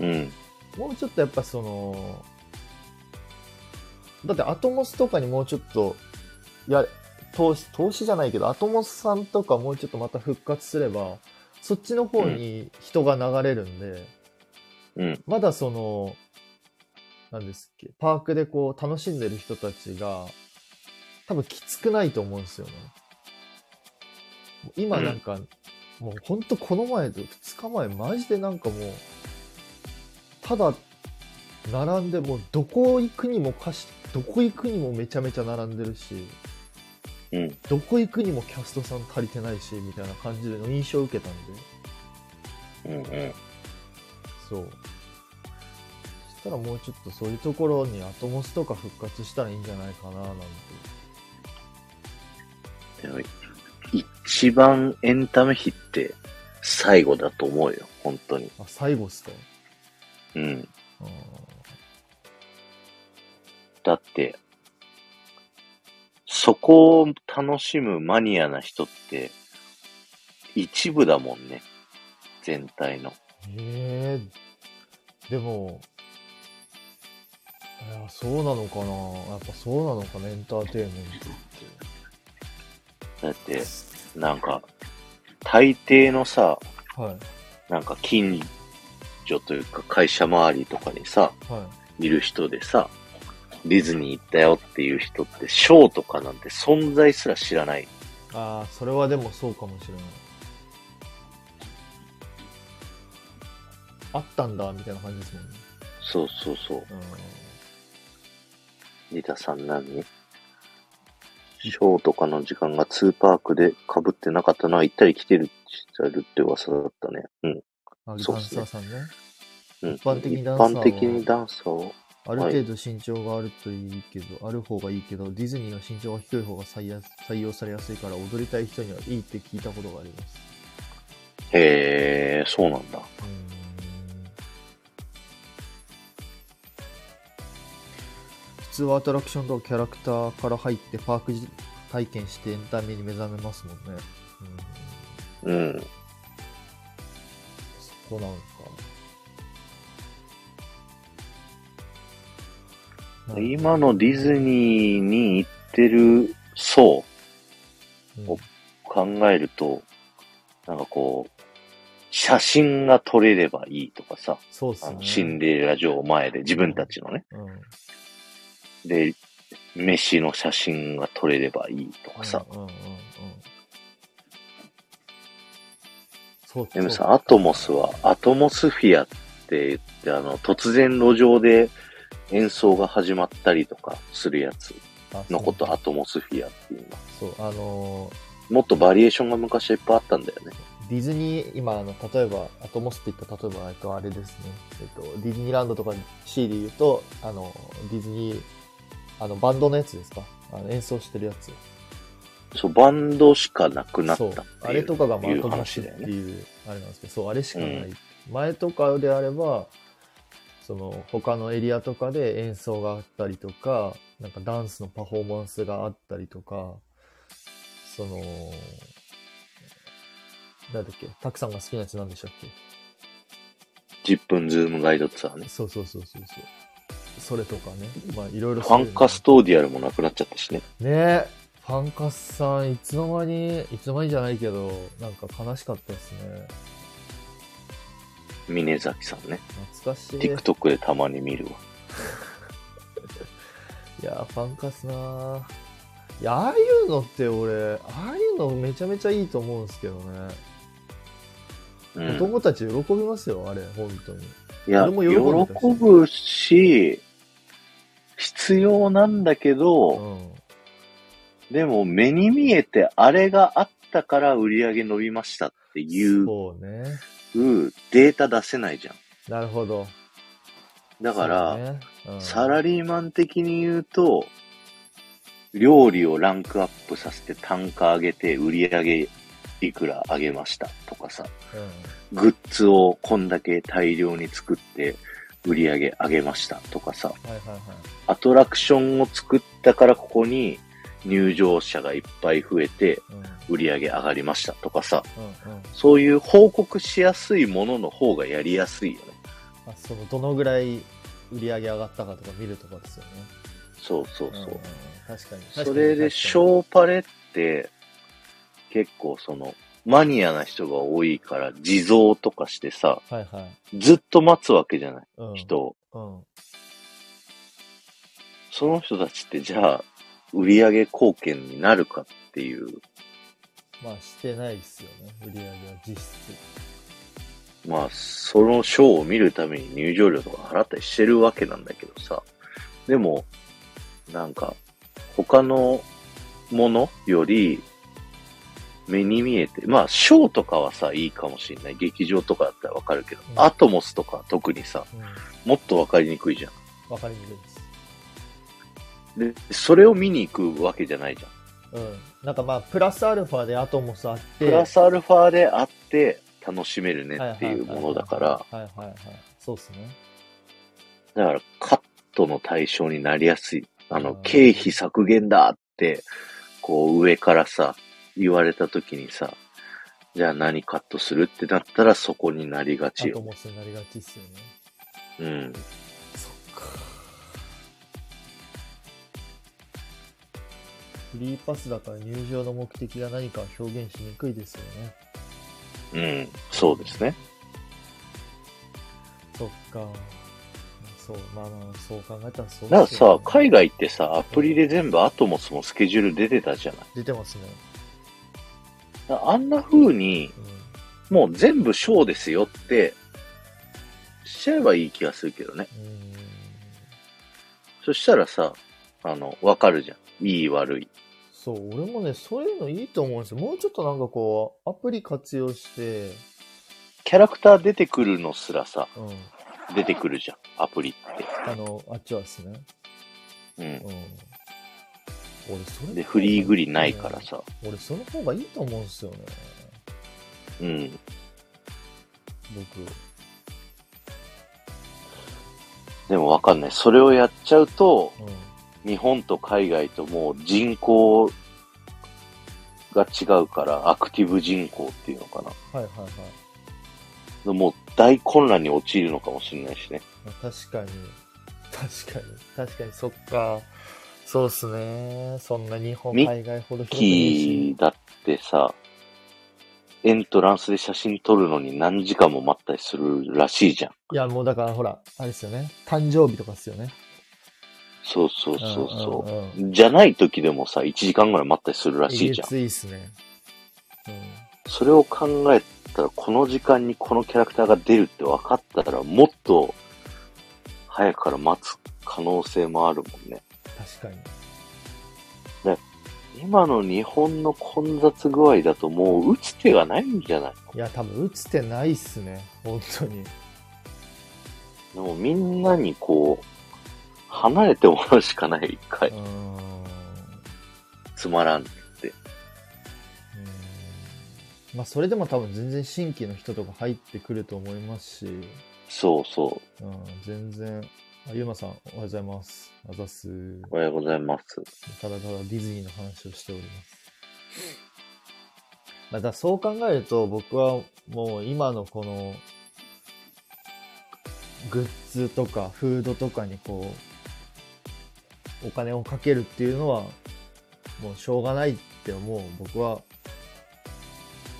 うん。てもうちょっとやっぱそのだってアトモスとかにもうちょっとや投資投資じゃないけどアトモスさんとかもうちょっとまた復活すればそっちの方に人が流れるんで、うん。まだその、なんですっけ、パークでこう楽しんでる人たちが、多分きつくないと思うんですよね。もう今うんなんか、もうほんとこの前と2日前、マジでなんかもう、ただ、並んで、もうどこ行くにも歌詞、どこ行くにもめちゃめちゃ並んでるし、うん。どこ行くにもキャストさん足りてないし、みたいな感じでの印象を受けたんで。うん。うん。そう。そしたらもうちょっとそういうところにアトモスとか復活したらいいんじゃないかななんて。でも一番エンタメ比って最後だと思うよ。本当に。あ、最後っすか。うん。うんだって、そこを楽しむマニアな人って、一部だもんね。全体の。ええでも、いや、そうなのかなやっぱそうなのかなエンターテインメントって。だって、なんか、大抵のさ、はい。なんか近所というか会社周りとかにさ、はい。いる人でさ、ディズニー行ったよっていう人って、ショーとかなんて存在すら知らない。ああ、それはでもそうかもしれない。あったんだ、みたいな感じですもんね。そうそうそう。リタさん何ショーとかの時間が2パークで被ってなかったな、行ったり来てるしてるって噂だったね。うん。うん。あ、そうダっンすサねーさんね。うん、一般的にダンサーは一般的にダンサーを。ある程度身長があるといいけど、ある方がいいけど、ディズニーは身長が低い方が採用採用されやすいから、踊りたい人にはいいって聞いたことがあります。へえ、そうなんだ。うーん普通はアトラクションとかキャラクターから入ってパークじ体験してエンタメに目覚めますもんね。うん、うん。そこなんか。今のディズニーに行ってる層うん考えると、なんかこう、写真が撮れればいいとかさ、そうっすあのね。シンデレラ城前で自分たちのね。うん。で、飯の写真が撮れればいいとかさ。うんうんうんうん。そうでもそうさ、アトモスは、アトモスフィアって言って、あの、突然路上で演奏が始まったりとかするやつのこと、あアトモスフィアっていうの。そうそう、あのーもっとバリエーションが昔はいっぱいあったんだよね。ディズニー、今、あの、例えば、アトモスって言った、例えば、えっと、あれですね。えっと、ディズニーランドとか C で言うと、あの、ディズニー、あの、バンドのやつですかあの、演奏してるやつ。そう、バンドしかなくなったそっうていう。。あれとかが、まあ、いアうトモス話っだてよね。いう、あれなんですけど、そう、あれしかない。前とかであれば、その、他のエリアとかで演奏があったりとか、なんかダンスのパフォーマンスがあったりとか、その、なんだっけ、たくさんが好きなやつなんでしたっけ10分ズームガイドツアーね。そうそうそうそうそう。それとかね。まあいろいろファンカストーディアルもなくなっちゃったしね。ねえ。ファンカスさん、いつの間に、いつの間にじゃないけど、なんか悲しかったですね。峰崎さんね。懐かしい。 TikTok でたまに見るわ。いやー、ファンカスなーいや、ああいうのって俺、ああいうのめちゃめちゃいいと思うんですけどね。うん子供たち喜びますよ、あれ、本当に。いや、俺も喜んでたし喜ぶし、必要なんだけど、うん。でも目に見えてあれがあったから売り上げ伸びましたっていうそうね。データ出せないじゃん。なるほど。だから、そうねうんサラリーマン的に言うと、料理をランクアップさせて単価上げて売り上げいくら上げましたとかさ、グッズをこんだけ大量に作って売り上げ上げましたとかさ、うん。はいはいはい。アトラクションを作ったからここに入場者がいっぱい増えてうん。売り上げ上がりましたとかさ、うんうん。そういう報告しやすいものの方がやりやすいよね。あそのどのぐらい売り上げ上がったかとか見るとかですよね。そうそうそんんう。ん確かに。それでショーパレって結構そのマニアな人が多いから地蔵とかしてさ、はいはい。ずっと待つわけじゃないうん、人を。うん。うん。その人たちってじゃあ売り上げ貢献になるかっていうまあしてないですよね。売り上げは実質。まあ、そのショーを見るために入場料とか払ったりしてるわけなんだけどさ。でも、なんか、他のものより、目に見えて、まあ、ショーとかはさ、いいかもしれない。劇場とかだったらわかるけど、うんアトモスとかは特にさ、うん。もっとわかりにくいじゃわかりにくいです。ん。で、それを見に行くわけじゃないじゃん。うん。なんかまあ、プラスアルファでアトモスあって。プラスアルファであって、楽しめるねはっていうものだから、はいはいはいはい。そうですね。だからカットの対象になりやすい。あのうん、経費削減だって、こう上からさ、言われた時にさ、じゃあ何カットするってなったらそこになりがちアトよ。モスになりがちっすよね。うん。そっか。フリーパスだから入場の目的が何かを表現しにくいですよね。うん、そうですね。そっか。そう、まあまあ、そう考えたらそうなんかですよさね、海外ってさ、アプリで全部アトモスもスケジュール出てたじゃない出てますね。。だからあんな風に、もう全部ショーですよって、しちゃえばいい気がするけどね。うん。うんそしたらさ、あの、わかるじゃん。いい悪い。そう、俺もね、そういうのいいと思うんですよ。もうちょっとなんかこう、アプリ活用して、キャラクター出てくるのすらさ、うん。出てくるじゃん。アプリっあの、あっちはですね。て。うん。うん。俺、それで、フリーグリないからさ。俺、その方がいいと思うんですよね。うん。僕。でもわかんない。それをやっちゃうと、うん。日本と海外ともう人口が違うから、アクティブ人口っていうのかはいはいはい。な。もう大混乱に陥るのかもしれないしね。まあ確かに。確かに。確かに、そっか。そうっすね。そんな日本、ミッ海外ほど広くないキし。ーだってさ、エントランスで写真撮るのに何時間も待ったりするらしいじゃん。いや、もうだからほら、あれですよね。誕生日とかっすよね。そうそうそうそうう。んうんうんじゃない時でもさ、1時間ぐらい待ったりするらしいじゃん。えげついっすね。うん。それを考えたら、この時間にこのキャラクターが出るって分かったら、もっと早くから待つ可能性もあるもんね。確かに。今の日本の混雑具合だともう打つ手がないんじゃないいや、多分打つてないっすね。本当に。のでもみんなにこう、離れてもらうしかない、一回う。ーん。うつまらん。ーんまあ、それでも多分全然新規の人とか入ってくると思いますし、そうそう。うん、全然。あ、ゆうまさん、おはようございます。あざっす。おはようございます。ただただディズニーの話をしております。まあだからそう考えると、僕はもう今のこの、グッズとかフードとかにこう、お金をかけるっていうのは、もうしょうがないって思う。僕は、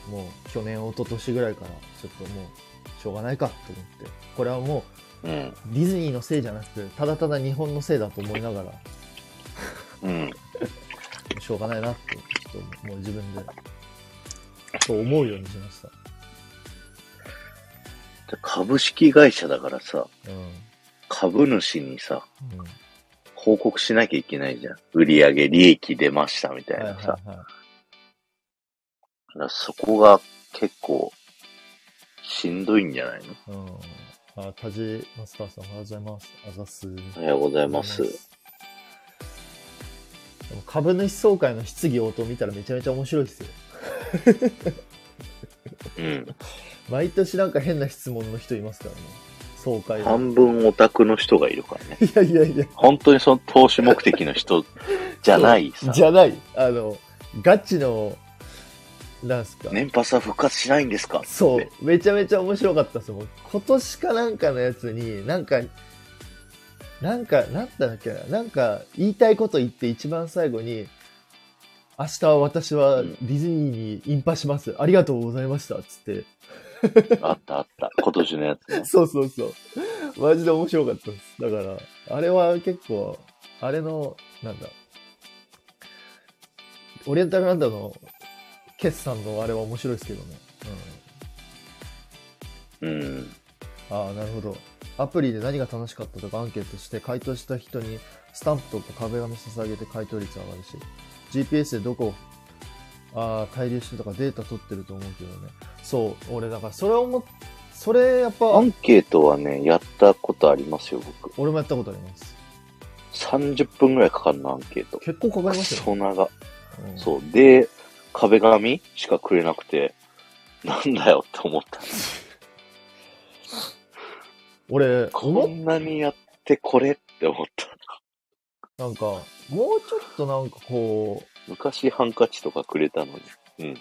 もう去年、一昨年ぐらいから、ちょっともう、しょうがないかと思って。これはもう、うん。ディズニーのせいじゃなくて、ただただ日本のせいだと思いながら、うん。しょうがないなって、ちょっともう自分で、そう思うようにしました。株式会社だからさ、うん。株主にさ、うん、は報告しなきゃいけないじゃん。売上利益出ましたみたいいはいなさ。はだからそこが結構しんどいんじゃないのい。うん。あ、タジマスターさんおはようございます。あざっす。おはよおはようございます。。でも株主総会の質疑応答見たらめちゃめちゃ面白いですよ。うん。毎年なんか変な質問の人いますからね。総会は。半分オタクの人がいるからね。 いやいやいや。本当にその投資目的の人じゃないさ。 じゃない。あの、ガチの、なんすか。年パスは復活しないんですかそう、めちゃめちゃ面白かったですもん。今年かなんかのやつに、なんか、なんか、なんだっけな、なんか、言いたいこと言って一番最後に、明日は私はディズニーにインパします。ありがとうございました。つって。あったあった。今年のやつね。 そうそうそう。マジで面白かったです。だから、あれは結構、あれの、なんだ、オリエンタルランドの決算のあれは面白いですけどね。うん うん。ああなるほどアプリで何が楽しかったとかアンケートして回答した人にスタンプとか壁紙捧げて回答率上がるし GPS でどこあー滞留してとかデータ取ってると思うけどねそう俺だからそれをもそれやっぱアンケートはね、やったことありますよ、僕。俺もやったことあります30分ぐらいかかるの、アンケート。結構かかクりますよ、ソ長。うんそう。で、壁紙しかくれなくて、なんだよって思った。俺こ思っんなにやってこれって思った。なんかもうちょっとなんかこ昔ハンカチとかくれたのに。う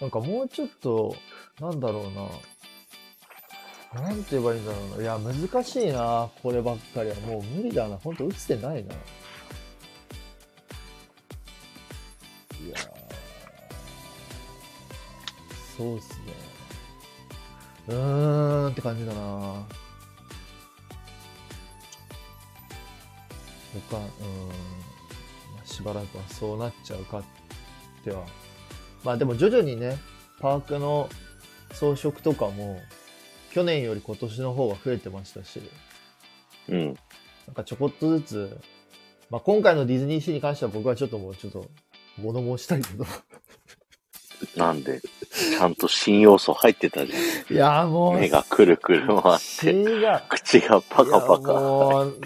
なんかもうちょっとなんだろうななんて言えばいいんだろうないや難しいなこればっかりはもう無理だな本当打つてないないやーそうっすね。うーんって感じだな他、うーん、まあしばらくはそうなっちゃうかっては。まあでも徐々にね、パークの装飾とかも、去年より今年の方が増えてましたし、うん。なんかちょこっとずつ、まあ今回のディズニーシーに関しては僕はちょっともうちょっと物申したいけど、なんで、ちゃんと新要素入ってたじいやーゃもん。う、 目がくるくる回って、血が口がパカパカ入っい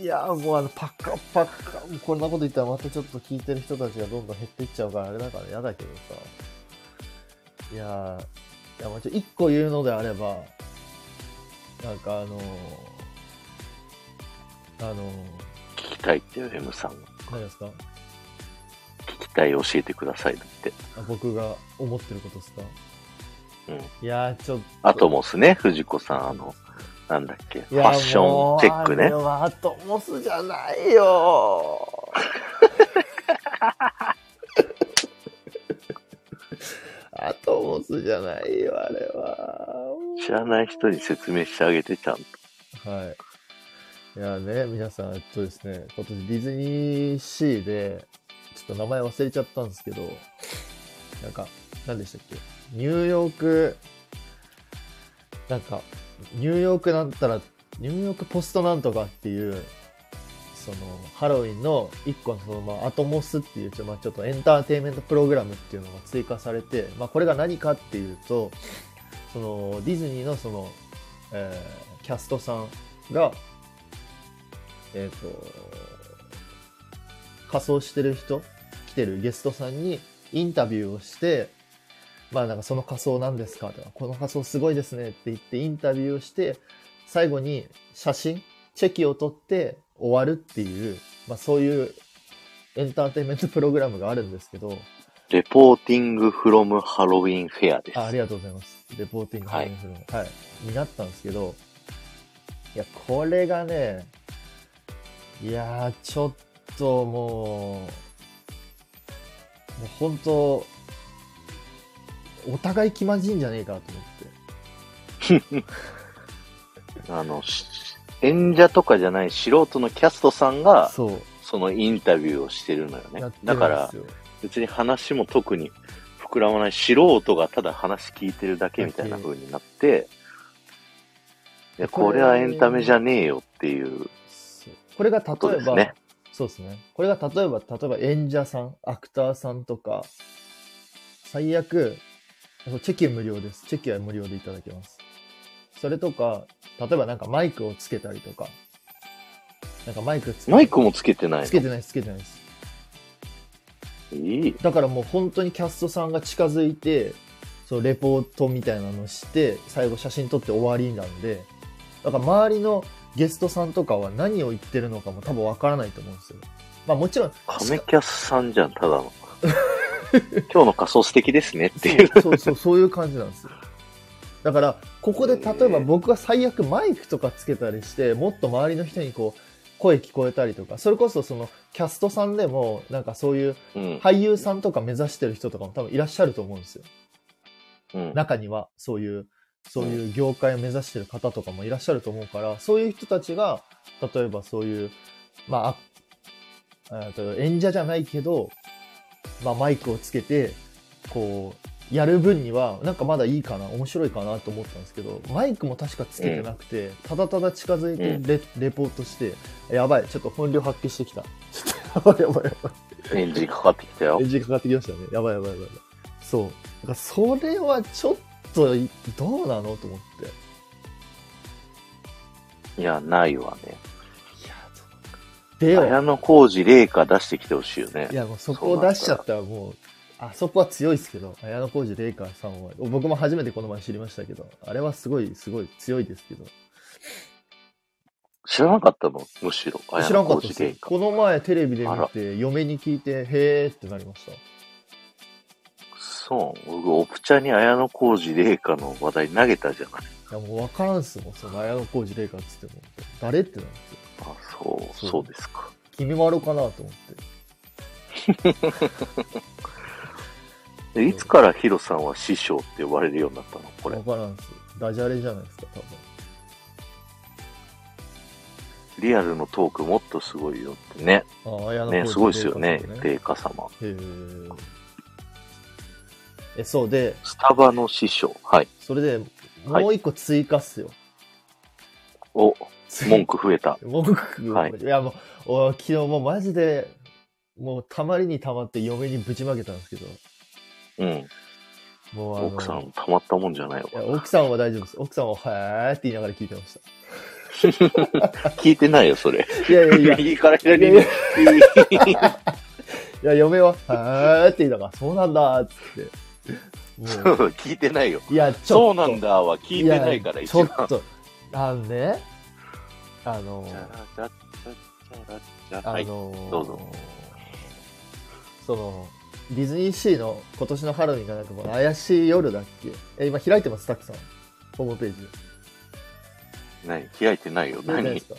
てや。もういやもうあのパカパカもうこんなこと言ったらまたちょっと聞いてる人たちがどんどん減っていっちゃうからあれだから嫌だけどさいやーいやまあちょ1個言うのであればなんかあのーあのー聞きたいってよ、M さん。何ですか聞きたい教えてくださいだって。あ僕が思ってることですかうん。いやーちょっとアトモスね、藤子さん、あの、なんだっけ、ファッションチェックいやねも。うあれはアトモスじゃない よ。アトモスじゃないよ、あれは。知らない人に説明してあげて、ちゃんと。はい。いやね、皆さん、えっとですね、今年ディズニーシーで、ちょっと名前忘れちゃったんですけど、なんか、何でしたっけニューヨーク、なんか、ニューヨークなんたら、ニューヨークポストなんとかっていう、その、ハロウィンの一個のその、まあ、アトモスっていう、ちょまあ、ちょっとエンターテインメントプログラムっていうのが追加されて、まあ、これが何かっていうと、その、ディズニーのその、えーキャストさんが、えっ、と、仮装してる人、来てるゲストさんにインタビューをして、まあなんかその仮装なんですかとか、この仮装すごいですねって言ってインタビューをして、最後に写真、チェキを取って終わるっていう、まあそういうエンターテインメントプログラムがあるんですけど、レポーティングフロムハロウィンフェアでああす。りがとうございます。レポーティングハンドルのはい。になったんですけど、いや、これがね、いやー、ちょっともう、もう本当、お互い気まじいんじゃねえかと思って。あの、し演者とかじゃない素人のキャストさんが、そう。そのインタビューをしてるのよねやって。るだんからです、よ別に話も特に膨らまない素人がただ話聞いてるだけみたいな風になって、いや、これはエンタメじゃねえよっていう。そうこれが例ことえですば、ねそうですね。これが例えば、例えば演者さん、アクターさんとか、最悪、そうチェキ無料です。チェキは無料でいただけます。それとか、例えばなんかマイクをつけたりとか、なんかマイクつけマイクもつけてないつけてないです、つけてないです。の。いい。だからもう本当にキャストさんが近づいて、そのレポートみたいなのして、最後写真撮って終わりなんで、だから周りのゲストさんとかは何を言ってるのかも多分わからないと思うんですよ。まあもちろん、カメキャスさんじゃん、ただ の。今日の仮装素敵ですねっていう。そうそう、そういう感じなんですよ。だから、ここで例えば僕が最悪マイクとかつけたりして、もっと周りの人にこう、声聞こえたりとか、それこそその、キャストさんでも、なんかそういううん。俳優さんとか目指してる人とかも多分いらっしゃると思うんですよ。うん中には、そういう、そういう業界を目指してる方とかもいらっしゃると思うから、そういう人たちが、例えばそういう、まああ、えっと演者じゃないけど、まあ、マイクをつけて、こう、やる分には、なんかまだいいかな、面白いかなと思ったんですけど、マイクも確かつけてなくて、ただただ近づいてレ,、レポートして、やばい、ちょっと本領発揮してきた。 ちょっと、やばいやばいやばい。エンジンかかってきたよエ。ンジンかかってきましたね。やばいやばいやばい。そう。だからそれはちょっとい、どうなのと思って。いいや、ないわね。や、ちょっとでよ。綾小路麗華出してきてほしいよねい。や、もうそこを出しちゃったらもう、あそこは強いですけど、綾小路玲香さんは、僕も初めてこの前知りましたけど、あれはすごい、すごい強いですけど。知らなかったのむしろ。知ら綾んかった小で路すよ麗。華。この前テレビであ見らて、嫁に聞いて、へーってなりました。そう。僕、オプチャに綾小路麗華の話題投げたじゃない。いや、もう分からんっすもん、その綾小路玲香っつっても。誰ってなるんですよ。あ、そう、そうそうですか。君もあろうかなと思って。でいつからヒロさんは師匠って呼ばれるようになったのこれわ。からんっす。ダジャレじゃないですか、多分。リアルのトークもっとすごいよってね。ああ、やね、すごいですよね、デーカ様。へーえ、そうで、スタバの師匠。はい。それで、はいもう一個追加っすよ。 お、つい文句増えた。文句、はいい、やもう、お昨日もうマジで、もうたまりにたまって嫁にぶちまけたんですけど、うん。もうあの、奥さん、たまったもんじゃないわい。や奥さんは大丈夫です。奥さんは、はーって言いながら聞いてまし聞いてないよ、それ。た。いやいやいや、い右から左いやにい。や嫁は、はーって言いながら、そうなんだーっつって。 もう、聞いてないよ。いや、ちょっと。そうなんだは聞いてないから、や一ちょ番。っと、あのね、あのチ、ャラチャチャチャラチャはあい。の、どうぞその、ディズニーシーの今年のハロウィンがなんかこの怪しい夜だっけえ、今開いてます、たくさん。ホームページ。何開いてないよ。開いてないで何すかち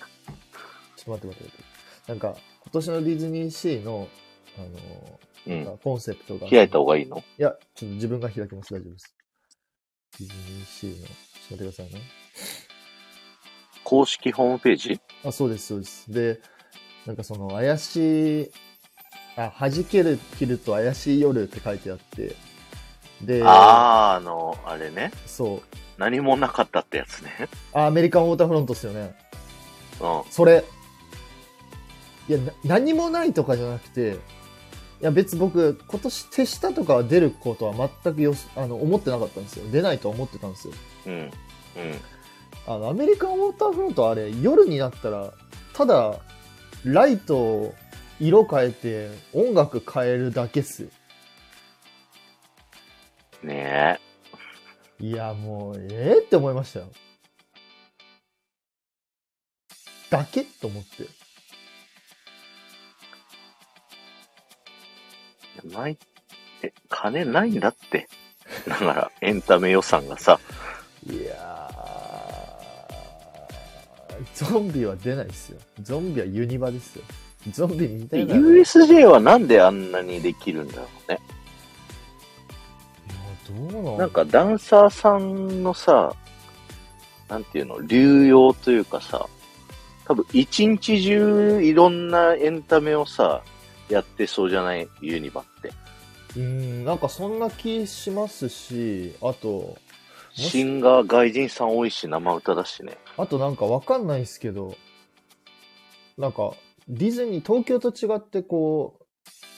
ょっと待って待って待って。なんか、今年のディズニーシーの、あの、うなんん。かコンセプトが。開いた方がいいのいや、ちょっと自分が開きます。大丈夫です。ディズニーシーの、ちょっと待ってくださいね。公式ホームページあ、そうです、そうです。で、なんかその、怪しい、あ、弾ける、切ると怪しい夜って書いてあって、で、あー、あの、あれね。そう。何もなかったってやつね。 あ、アメリカンウォーターフロントっすよね。うん。それ。いや、な何もないとかじゃなくて、いや別に僕、今年手下とかは出ることは全くよしあの思ってなかったんですよ。出ないとは思ってたんですよ。うん。うん。あの、アメリカンウォーターフロントはあれ、夜になったら、ただ、ライトを色変えて、音楽変えるだけっすよ。ねえ。いや、もう、ええって思いましたよ。だけと思って。ないえ、金ないんだって。だから、エンタメ予算が さ、いやー、ゾンビは出ないっすよ。ゾンビはユニバですよ。ゾンビみたいな。 USJ はなんであんなにできるんだろうね。いやどうなんなんか、ダンサーさんのさ、なんていうの、流用というかさ、多分一日中いろんなエンタメをさ、やってそうじゃないユニバって。うん、なんかそんな気しますし、あと、しシンガー外人さん多いし、生歌だしね。あとなんかわかんないですけど、なんかディズニー、東京と違ってこ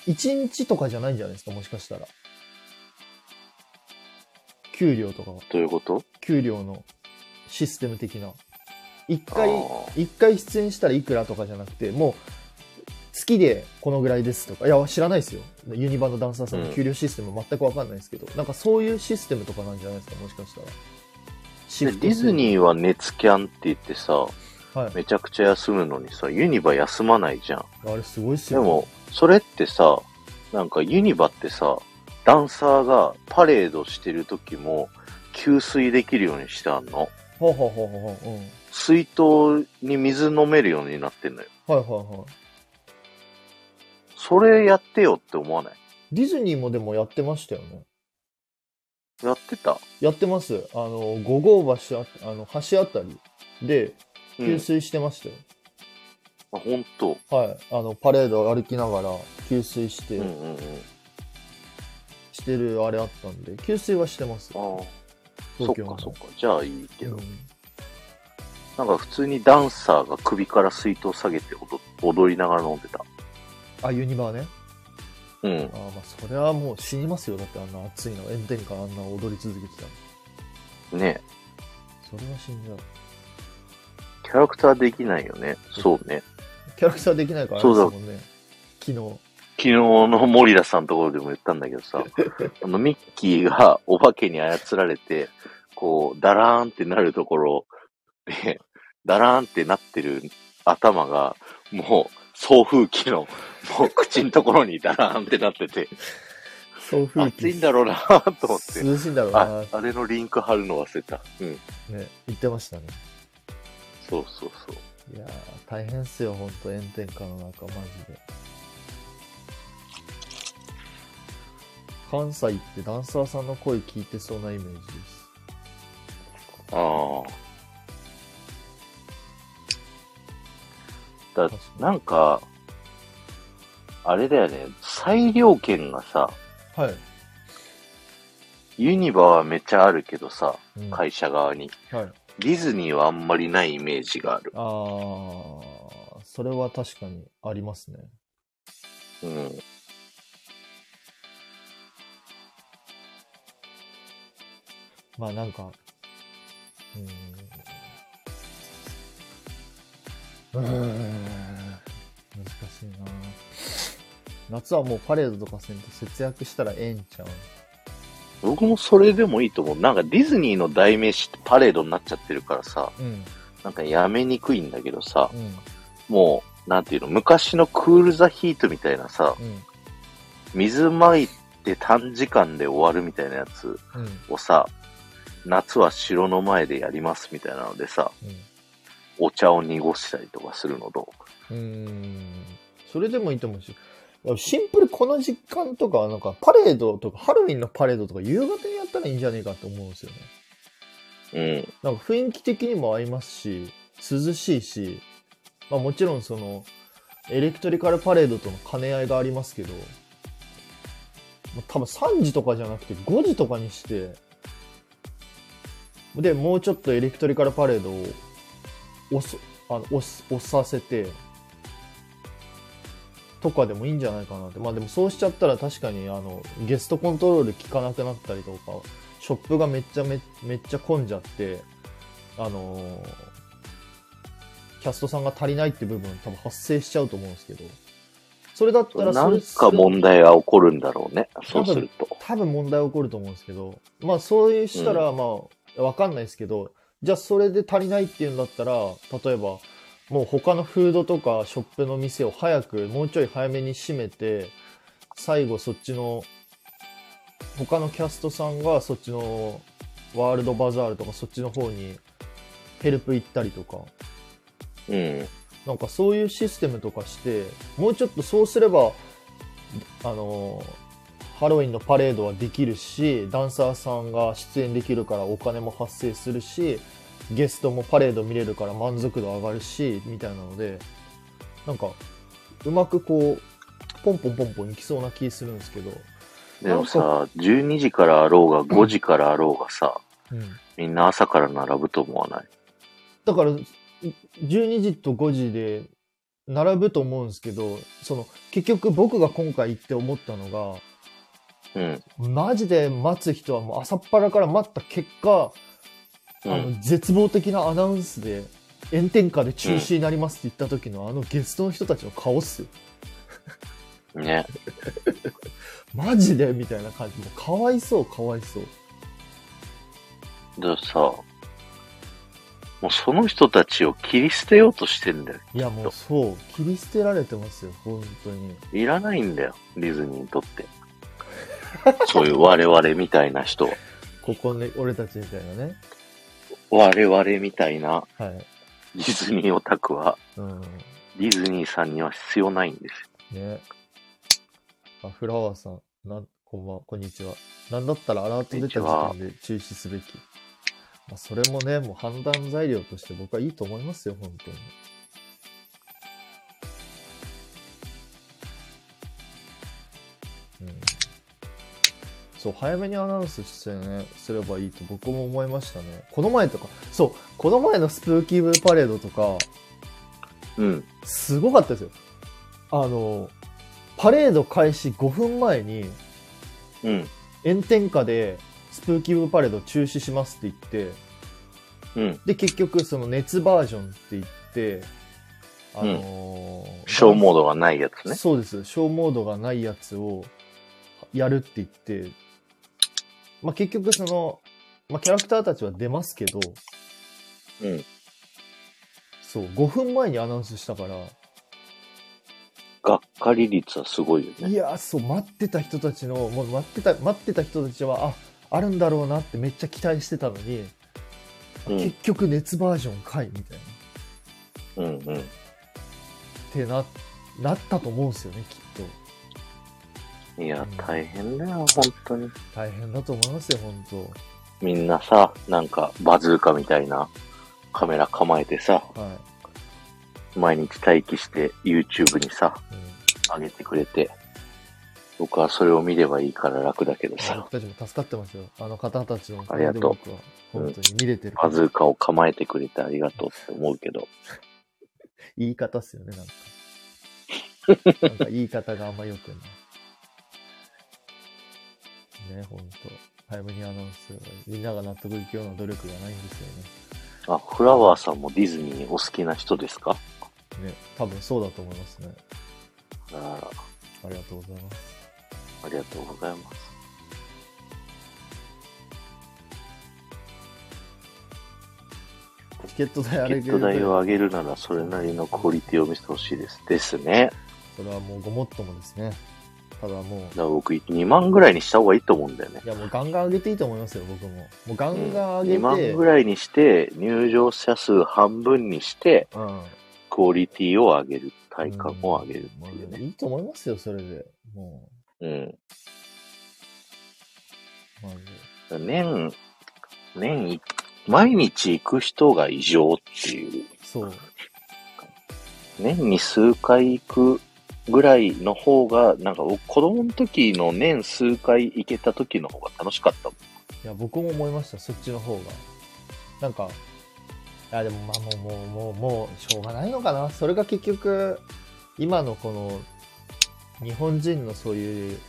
う、1日とかじゃないんじゃないですか、もしかしたら。給料とかは、どういうこと給料のシステム的な。一あ回、ー一回出演したらいくらとかじゃなくて、もう、月でこのぐらいですとか、いや、知らないですよ。ユニバのダンサーさんの給料システム全くわかんないですけど、なんかそういうシステムとかなんじゃないですか、もしかしたら。シでフトディズニーは熱キャンって言ってさ、ー、はい、めちゃくちゃ休むのにさ、ユニバ休まないじゃん。あれすごいっすでよね。も、それってさ、なんかユニバってさ、ダンサーがパレードしてる時も、給水できるようにしてあんの。ほうほうほうほうほう。うん。水筒に水飲めるようになってんのよ。はいはいはい。それやってよって思わないディズニーもでもやってましたよね。やってたやってます。あの、五号橋あ、あの、橋あたりで、う給ん。水してましたよ。あ、ほんと。はい。あの、パレード歩きながら、給水して、うんうんうん。してるあれあったんで、給水はしてます。ああ。そっ東京のかそっか。じゃあいいけど。うんなんか普通にダンサーが首から水筒下げて踊踊りながら飲んでた。あ、ユニバーね。うんあ。まあ、それはもう死にますよ。だってあんな暑いの、炎天下あんな踊り続けてたら。ねそれは死んじゃう。キャラクターできないよね。そうね。キャラクターできないからあれですもんね。昨日。昨日の森田さんのところでも言ったんだけど さ、あのミッキーがお化けに操られて、こう、ダラーンってなるところで、ダラーンってなってる頭が、もう、送風機の、もう口のところにダラーンってなってて、そう風暑いんだろうなと思って。涼しいんだろうなあ、あれのリンク貼るの忘れた。うん。ね、言ってましたね。そうそうそう。いやー、大変っすよ、ほんと、炎天下の中、マジで。関西ってダンサーさんの声聞いてそうなイメージです。ああ。だ、なんか、あれだよね、裁量権がさ、はい。ユニバはめっちゃあるけどさ、うんはい。会社側に。ディズニーはあんまりないイメージがある。あー、それは確かにありますね。うん。まあなんか、うーん。うーん。難しいな夏はもうパレードとかせんと節約したらええんちゃう僕もそれでもいいと思う。なんかディズニーの代名詞ってパレードになっちゃってるからさ、うん。なんかやめにくいんだけどさ、うん。もう、なんていうの、昔のクールザヒートみたいなさ、うん。水まいて短時間で終わるみたいなやつうん。をさ、夏は城の前でやりますみたいなのでさ、お茶を濁したりとかするのどううん。うん。それでもいいと思うし。シンプルこの時間とか、なんかパレードとか、ハロウィンのパレードとか夕方にやったらいいんじゃねえかって思うんですよね。うん。なんか雰囲気的にも合いますし、涼しいし、まあもちろんその、エレクトリカルパレードとの兼ね合いがありますけど、まあ多分3時とかじゃなくて5時とかにして、で、もうちょっとエレクトリカルパレードを押す、あの、押す、押させて、とかでもいいんじゃないかなって。まあでもそうしちゃったら確かにあの、ゲストコントロール効かなくなったりとか、ショップがめっちゃめめっちゃ混んじゃって、あのーキャストさんが足りないって部分多分発生しちゃうと思うんですけど、それだったらなそれんか問題が起こるんだろうね。そうすると。多分問題起こると思うんですけど、まあそういうしたら、まあ、わかんないですけど、じゃあそれで足りないっていうんだったら、例えば、もう他のフードとかショップの店を早く、もうちょい早めに閉めて、最後そっちの、他のキャストさんがそっちのワールドバザールとかそっちの方にヘルプ行ったりとか、うん。なんかそういうシステムとかして、もうちょっとそうすれば、あのー、ハロウィンのパレードはできるし、ダンサーさんが出演できるからお金も発生するし、ゲストもパレード見れるから満足度上がるし、みたいなので、なんか、うまくこう、ポンポンポンポンいきそうな気するんですけど、でもなさ、12時からあろうが5時からあろうがさ、うん、みんな朝から並ぶと思わない。だから、い12時と5時で並ぶと思うんですけど、その、結局僕が今回行って思ったのが、うん。マジで待つ人はもう朝っぱらから待った結果、うあん。の絶望的なアナウンスで炎天下で中止になりますって言った時の、あのゲストの人たちの顔っすよね。マジでみたいな感じもうかわいそうかわいそうでさ、もうその人たちを切り捨てようとしてんだよ。いやもうそう切り捨てられてますよ本当にいらないんだよ。ディズニーに とって。そういう我々みたいな人は。ここね俺たちみたいなね我々みたいなはいディズニーオタクは、うんディズニーさんには必要ないんですよ。ねあフラワーさんなんこんばんこんにちはなんだったらアラート出た時点で中止すべきまあ、それもねもう判断材料として僕はいいと思いますよ本当にうんそう早めにアナウンスしてねすればいいと僕も思いましたねこの前とかそうこの前のスプーキーブーパレードとかうん。すごかったですよ。あの、パレード開始5分前にうん。炎天下でスプーキーブーパレード中止しますって言って、うん。で、結局その熱バージョンって言って、あのー小モードがないやつね。そうです。小モードがないやつをやるって言って、まあ、結局その、まあ、キャラクターたちは出ますけど、うん。そう、5分前にアナウンスしたから、がっかり率はすごいよね。いやーそう待ってた人たちのもう待ってた待ってた人たちはああるんだろうなってめっちゃ期待してたのに、うん結局熱バージョンかいみたいなうんうん。ってななったと思うんですよねきっといや、大変だよ、本当に。大変だと思いますよ本当みんなさ、なんかバズーカみたいなカメラ構えてさ、は毎日待機して YouTube にさ、い。うん上げてくれて、僕はそれを見ればいいから楽だけどあさ、僕たちも助かってますよ。あの方たちのおかあげりでがとう僕は本当に見れてる。バズーカを構えてくれてありがとうって思うけど、言い方っすよね、 なんか。なんか言い方があんま良くない。ね、ほんと。早めにアナウンス。みんなが納得いくような努力がないんですよあ、フラワーさんもディズニーお好きな人ですかね。ね、多分そうだと思いますね。ああらりがとうございます。ありがとうございます。チケット代あチケれット代を上げるならそれなりのクオリティを見せてほしいです。ですね。それはもうごもっともですね。ただもう、だから僕2万ぐらいにした方がいいと思うんだよね。いやもうガンガン上げていいと思いますよ、僕も。もうガうンんガン上げて。 2万ぐらいにして、入場者数半分にして、うん。クオリティを上げる。体感を上げるまっあていうでもね。いいと思いますよ、それで。もうん。う、まあね年、年い、毎日行く人が異常っていう。そう。年に数回行くぐらいの方が、なんか僕子供の時の年数回行けた時の方が楽しかったもん。いや、僕も思いました、そっちの方が。なんか、いや、でもまあもう、もう、もう、もう、しょうがないのかな。それが結局、今のこの、日本人のそういう、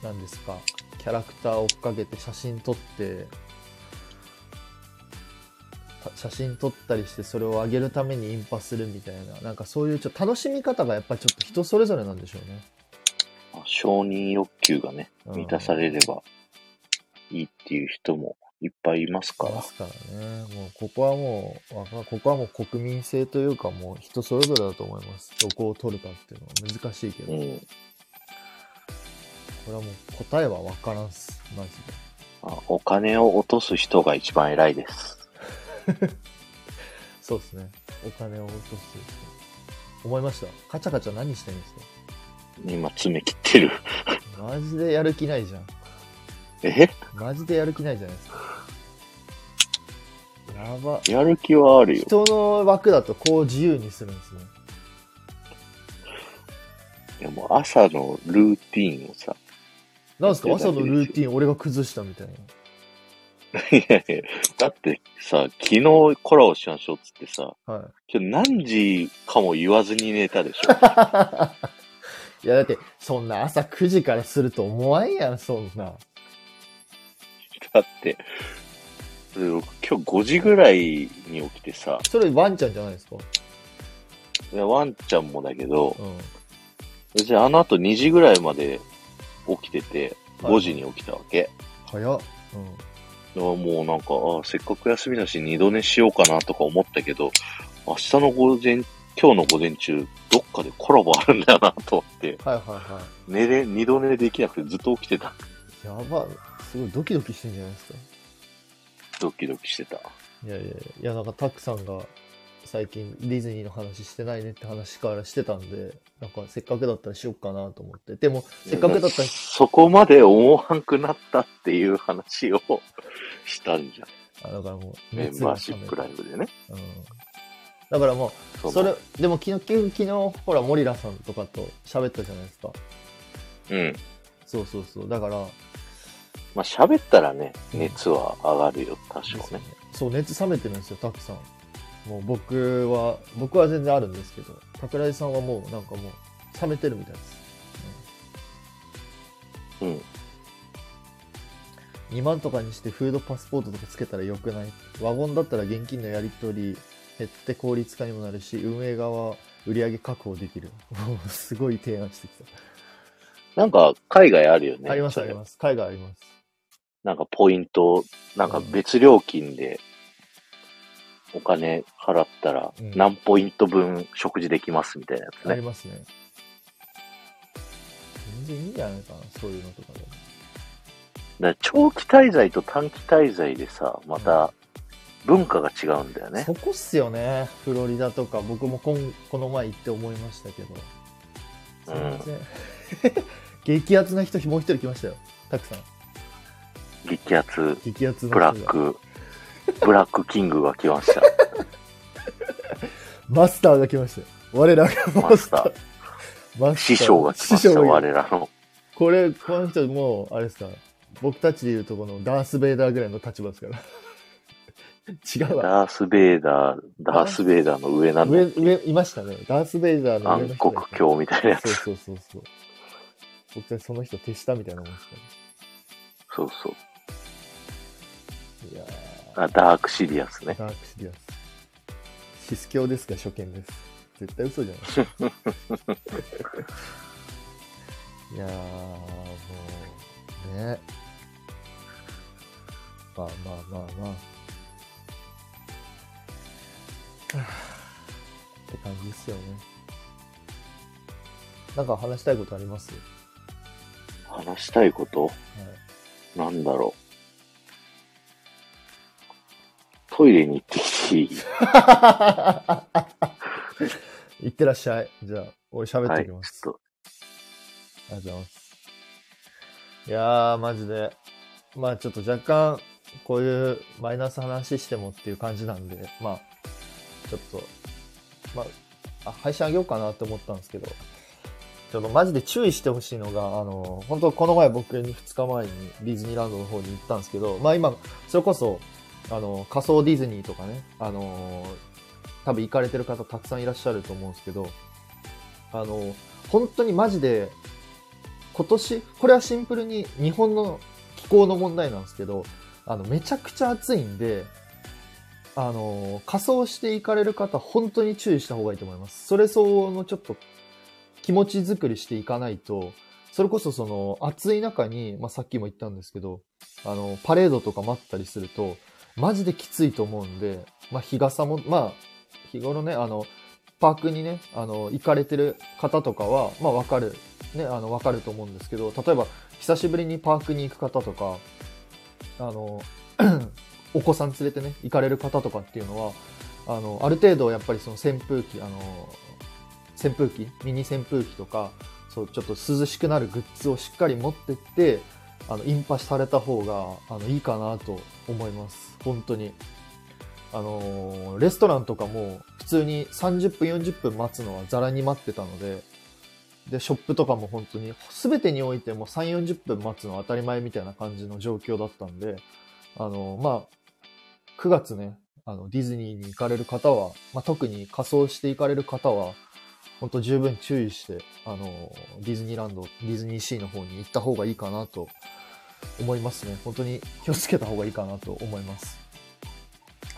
なんですか、キャラクターを追っかけて写真撮って、た写真撮ったりしてそれを上げるためにインパするみたいな、なんかそういうちょっと楽しみ方がやっぱりちょっと人それぞれなんでしょうね。承認欲求がね、うん満たされればいいっていう人もいっぱいいますかでら。すからね。もう、ここはもう、わかここはもう国民性というか、もう人それぞれだと思います。どこを取るかっていうのは難しいけど、うこん。れはもう答えはわからんっす。マジで。あお金を落とす人が一番偉いです。そうですね。お金を落とす。思いました。カチャカチャ何してるんです今、爪切ってる。 かマジでやる気ないじゃん。えマジでやる気ないじゃないですか。やば。やる気はあるよ。人の枠だとこう自由にするんですね。でも朝のルーティンをさ、 なんですか朝のルーティン俺が崩したみたいな。いやいや、だってさ、昨日コラボしましょうっつってさ、はい。今日何時かも言わずに寝たでしょ。いや、だって、そんな朝9時からすると思わんやん、そんな。だって、で僕今日5時ぐらいに起きてさ、それワンちゃんじゃないですか。いやワンちゃんもだけど、うん。別にあの後2時ぐらいまで起きてて、はい5時に起きたわけ。早っ。だからもうなんか、あせっかく休みだし二度寝しようかなとか思ったけど、明日の午前、今日の午前中、どっかでコラボあるんだよなと思って、はいはいは寝れ、二度寝できなくてずっと起きてた。い。やば。すごいドキドキしてんじゃないですか。ドキドキしてた。いやいやいや、いやなんかタクさんが最近ディズニーの話してないねって話からしてたんで、なんかせっかくだったらしよっかなと思って。でも、せっかくだったら、そこまで思わんくなったっていう話をしたんじゃん。あ、だからもう、メンバーシップライブでね。うん。だからもう、そのれ、でも昨日、昨日、ほら、モリラさんとかと喋ったじゃないですか。うん。そうそうそう。だから、まあ喋ったらね、熱は上がるよ、多少ですよね。ねそう熱冷めてるんですよたくさんもう僕は僕は全然あるんですけど桜井さんはもうなんかもう冷めてるみたいですうん。 2万とかにしてフードパスポートとかつけたらよくないワゴンだったら現金のやり取り減って効率化にもなるし運営側売り上げ確保できるもうすごい提案してきなんか、海外あるよね。たありますそあれります海外ありますなんかポイントを、なんか別料金でお金払ったらうん何ポイント分食事できますみたいなやつあねり。ますね全然いいんじゃないかなそういうのとかでだから長期滞在と短期滞在でさ、また文化が違うんだよね。そこっすよねフロリダとか僕もこんこの前行って思いましたけどうん 全然、激アツな人もう一人来ましたよたくさん激アツ、激アツのブラ人ッが ク、ブラックキングが来ました。マスターが来ましたよ我らがママススタターー。マスター師匠が来ま師した、匠が我らの。これ、この人もう、あれですか、僕たちでいうとこのダース・ベイダーぐらいの立場ですから。違うわ。ダース・ベイダー、ダース・ベイダーの上なんだ上、上、いましたね。ダース・ベイダーの上暗の人黒だった鏡みたいなやそつ。うそうそうそう。僕たちその人手下みたいなもんですかそうそう。ら、いやあダークシリアスねー、。ダークシリアス。シス教ですが、初見です。絶対嘘じゃない。いやー、もう、ね。まあまあまあまあ。 はあって感じですよね。なんか話したいことありますは話したいことなんだろう。トイレに行ってきていいい。いってらっしゃい。じゃあ、俺喋っはてい、きちょまっす。と。ありがとうございます。いやー、マジで。まあちょっと若干、こういうマイナス話してもっていう感じなんで、まあちょっと、まあ、あ配信あげようかなと思ったんですけど、ちょっとマジで注意してほしいのが、あの、本当この前僕に2日前にディズニーランドの方に行ったんですけど、まあ今、それこそ、あの、仮想ディズニーとかね、あの、多分行かれてる方たくさんいらっしゃると思うんですけど、あの、本当にマジで、今年、これはシンプルに日本の気候の問題なんですけど、あの、めちゃくちゃ暑いんで、あの、仮装して行かれる方、本当に注意した方がいいと思います。それ相応のちょっと気持ち作りしていかないと、それこそその暑い中に、まあ、さっきも言ったんですけど、あの、パレードとか待ったりすると、マジできついと思うんで、まあ、日傘も、まあ、日頃ね、あの、パークにね、あの、行かれてる方とかは、まあ、わかる、ね、あの、わかると思うんですけど、例えば、久しぶりにパークに行く方とか、あの、 お子さん連れてね、行かれる方とかっていうのは、あの、ある程度やっぱりその扇風機、あの、扇風機、ミニ扇風機とか、そう、ちょっと涼しくなるグッズをしっかり持ってって、あの、インパされた方が、あの、いいかなと思います。本当に。あのーレストランとかも普通に30分40分待つのはざらに待ってたので、で、ショップとかも本当に全てにおいても3、40分待つのは当たり前みたいな感じの状況だったんで、あのーまあ、9月ね、あの、ディズニーに行かれる方は、まあ、特に仮装して行かれる方は、本当十分注意して、あのーディズニーランド、ディズニーシーの方に行った方がいいかなと思いますね。本当に気をつけた方がいいかなと思います。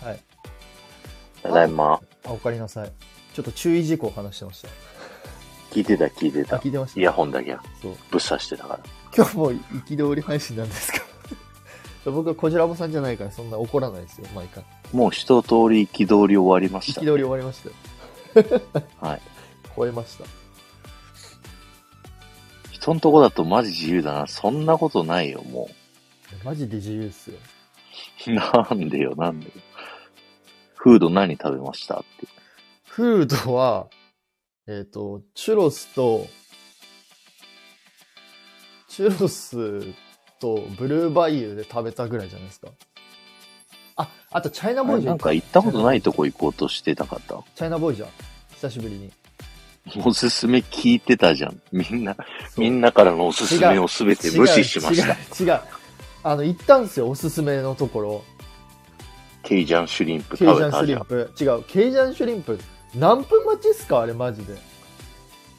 はい。ただいま。あ、おかえりなさい。ちょっと注意事項を話してました。聞いてた、聞いてあ、た。聞いてましたイヤホンだけはそう。ぶっ刺してたから。今日も憤り配信なんですか 僕はこじらぼさんじゃないからそんな怒らないですよ、毎回。もう一通り憤り終わりました。憤り終わりましたよ。 はい。 超えました。人のとこだとマジ自由だな。そんなことないよ、もマジで自由っすよ。う。 なんでよ、なんでよ。フード何食べましたって。フードは、えっ、と、チュロスと、チュロスとブルーバイユで食べたぐらいじゃないですか。あ、あとチャイナボーイジなャんー行っ。か行ったことないとこ行こうとしてたかったチャイナボーイジャー。久しぶりに。た。おすすめ聞いてたじゃん。みんな、そうみんなからのおすすめをすべて無視しました。違う違う違うあの行ったんですよおすすめのところケイジャンシュリンプケイジャ食べンシュたじリゃンん。プ違うケイジャンシュリンプ何分待ちっすかあれマジで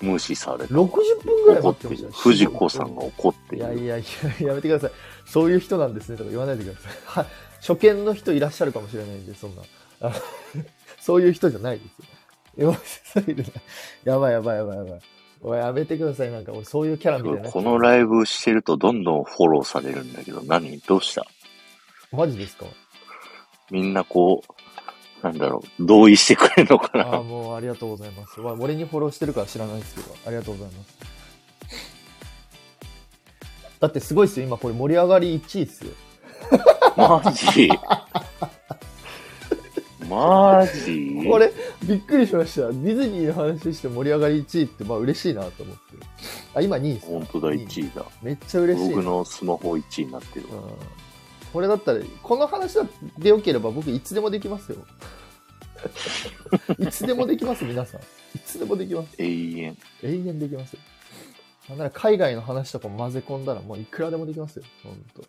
無視された。 60分ぐらい待怒っっててまるしたよ。藤子さんが怒っていいやる。いやいややめてくださいそういう人なんですねとか言わないでくださいは初見の人いらっしゃるかもしれないんでそんな あのそういう人じゃないですよやばいやばいやばいやばいおいやめてくださいなんか俺そういうキャラみたいになっちゃこうのライブしてるとどんどんフォローされるんだけど、何どうしたマジですかみんなこう、なんだろう、同意してくれるの かああ、なもうありがとうございます。わ俺にフォローしてるから知らないですけど、ありがとうございます。だってすごいですよ、今これ盛り上がり1位ですよ。マ ジマジこれ、びっくりしました。ディズニーの話して盛り上がり1位って、まあ嬉しいなと思って。あ、今2位です。本当だ、1位だ。めっちゃ嬉しい。僕のスマホ1位になってるわ。うんこれだったら、この話でよければ僕いつでもできますよ。いつでもできます、皆さん。いつでもできます。永遠。永遠できますよ。なんなら海外の話とかも混ぜ込んだらもういくらでもできますよ。ほんと。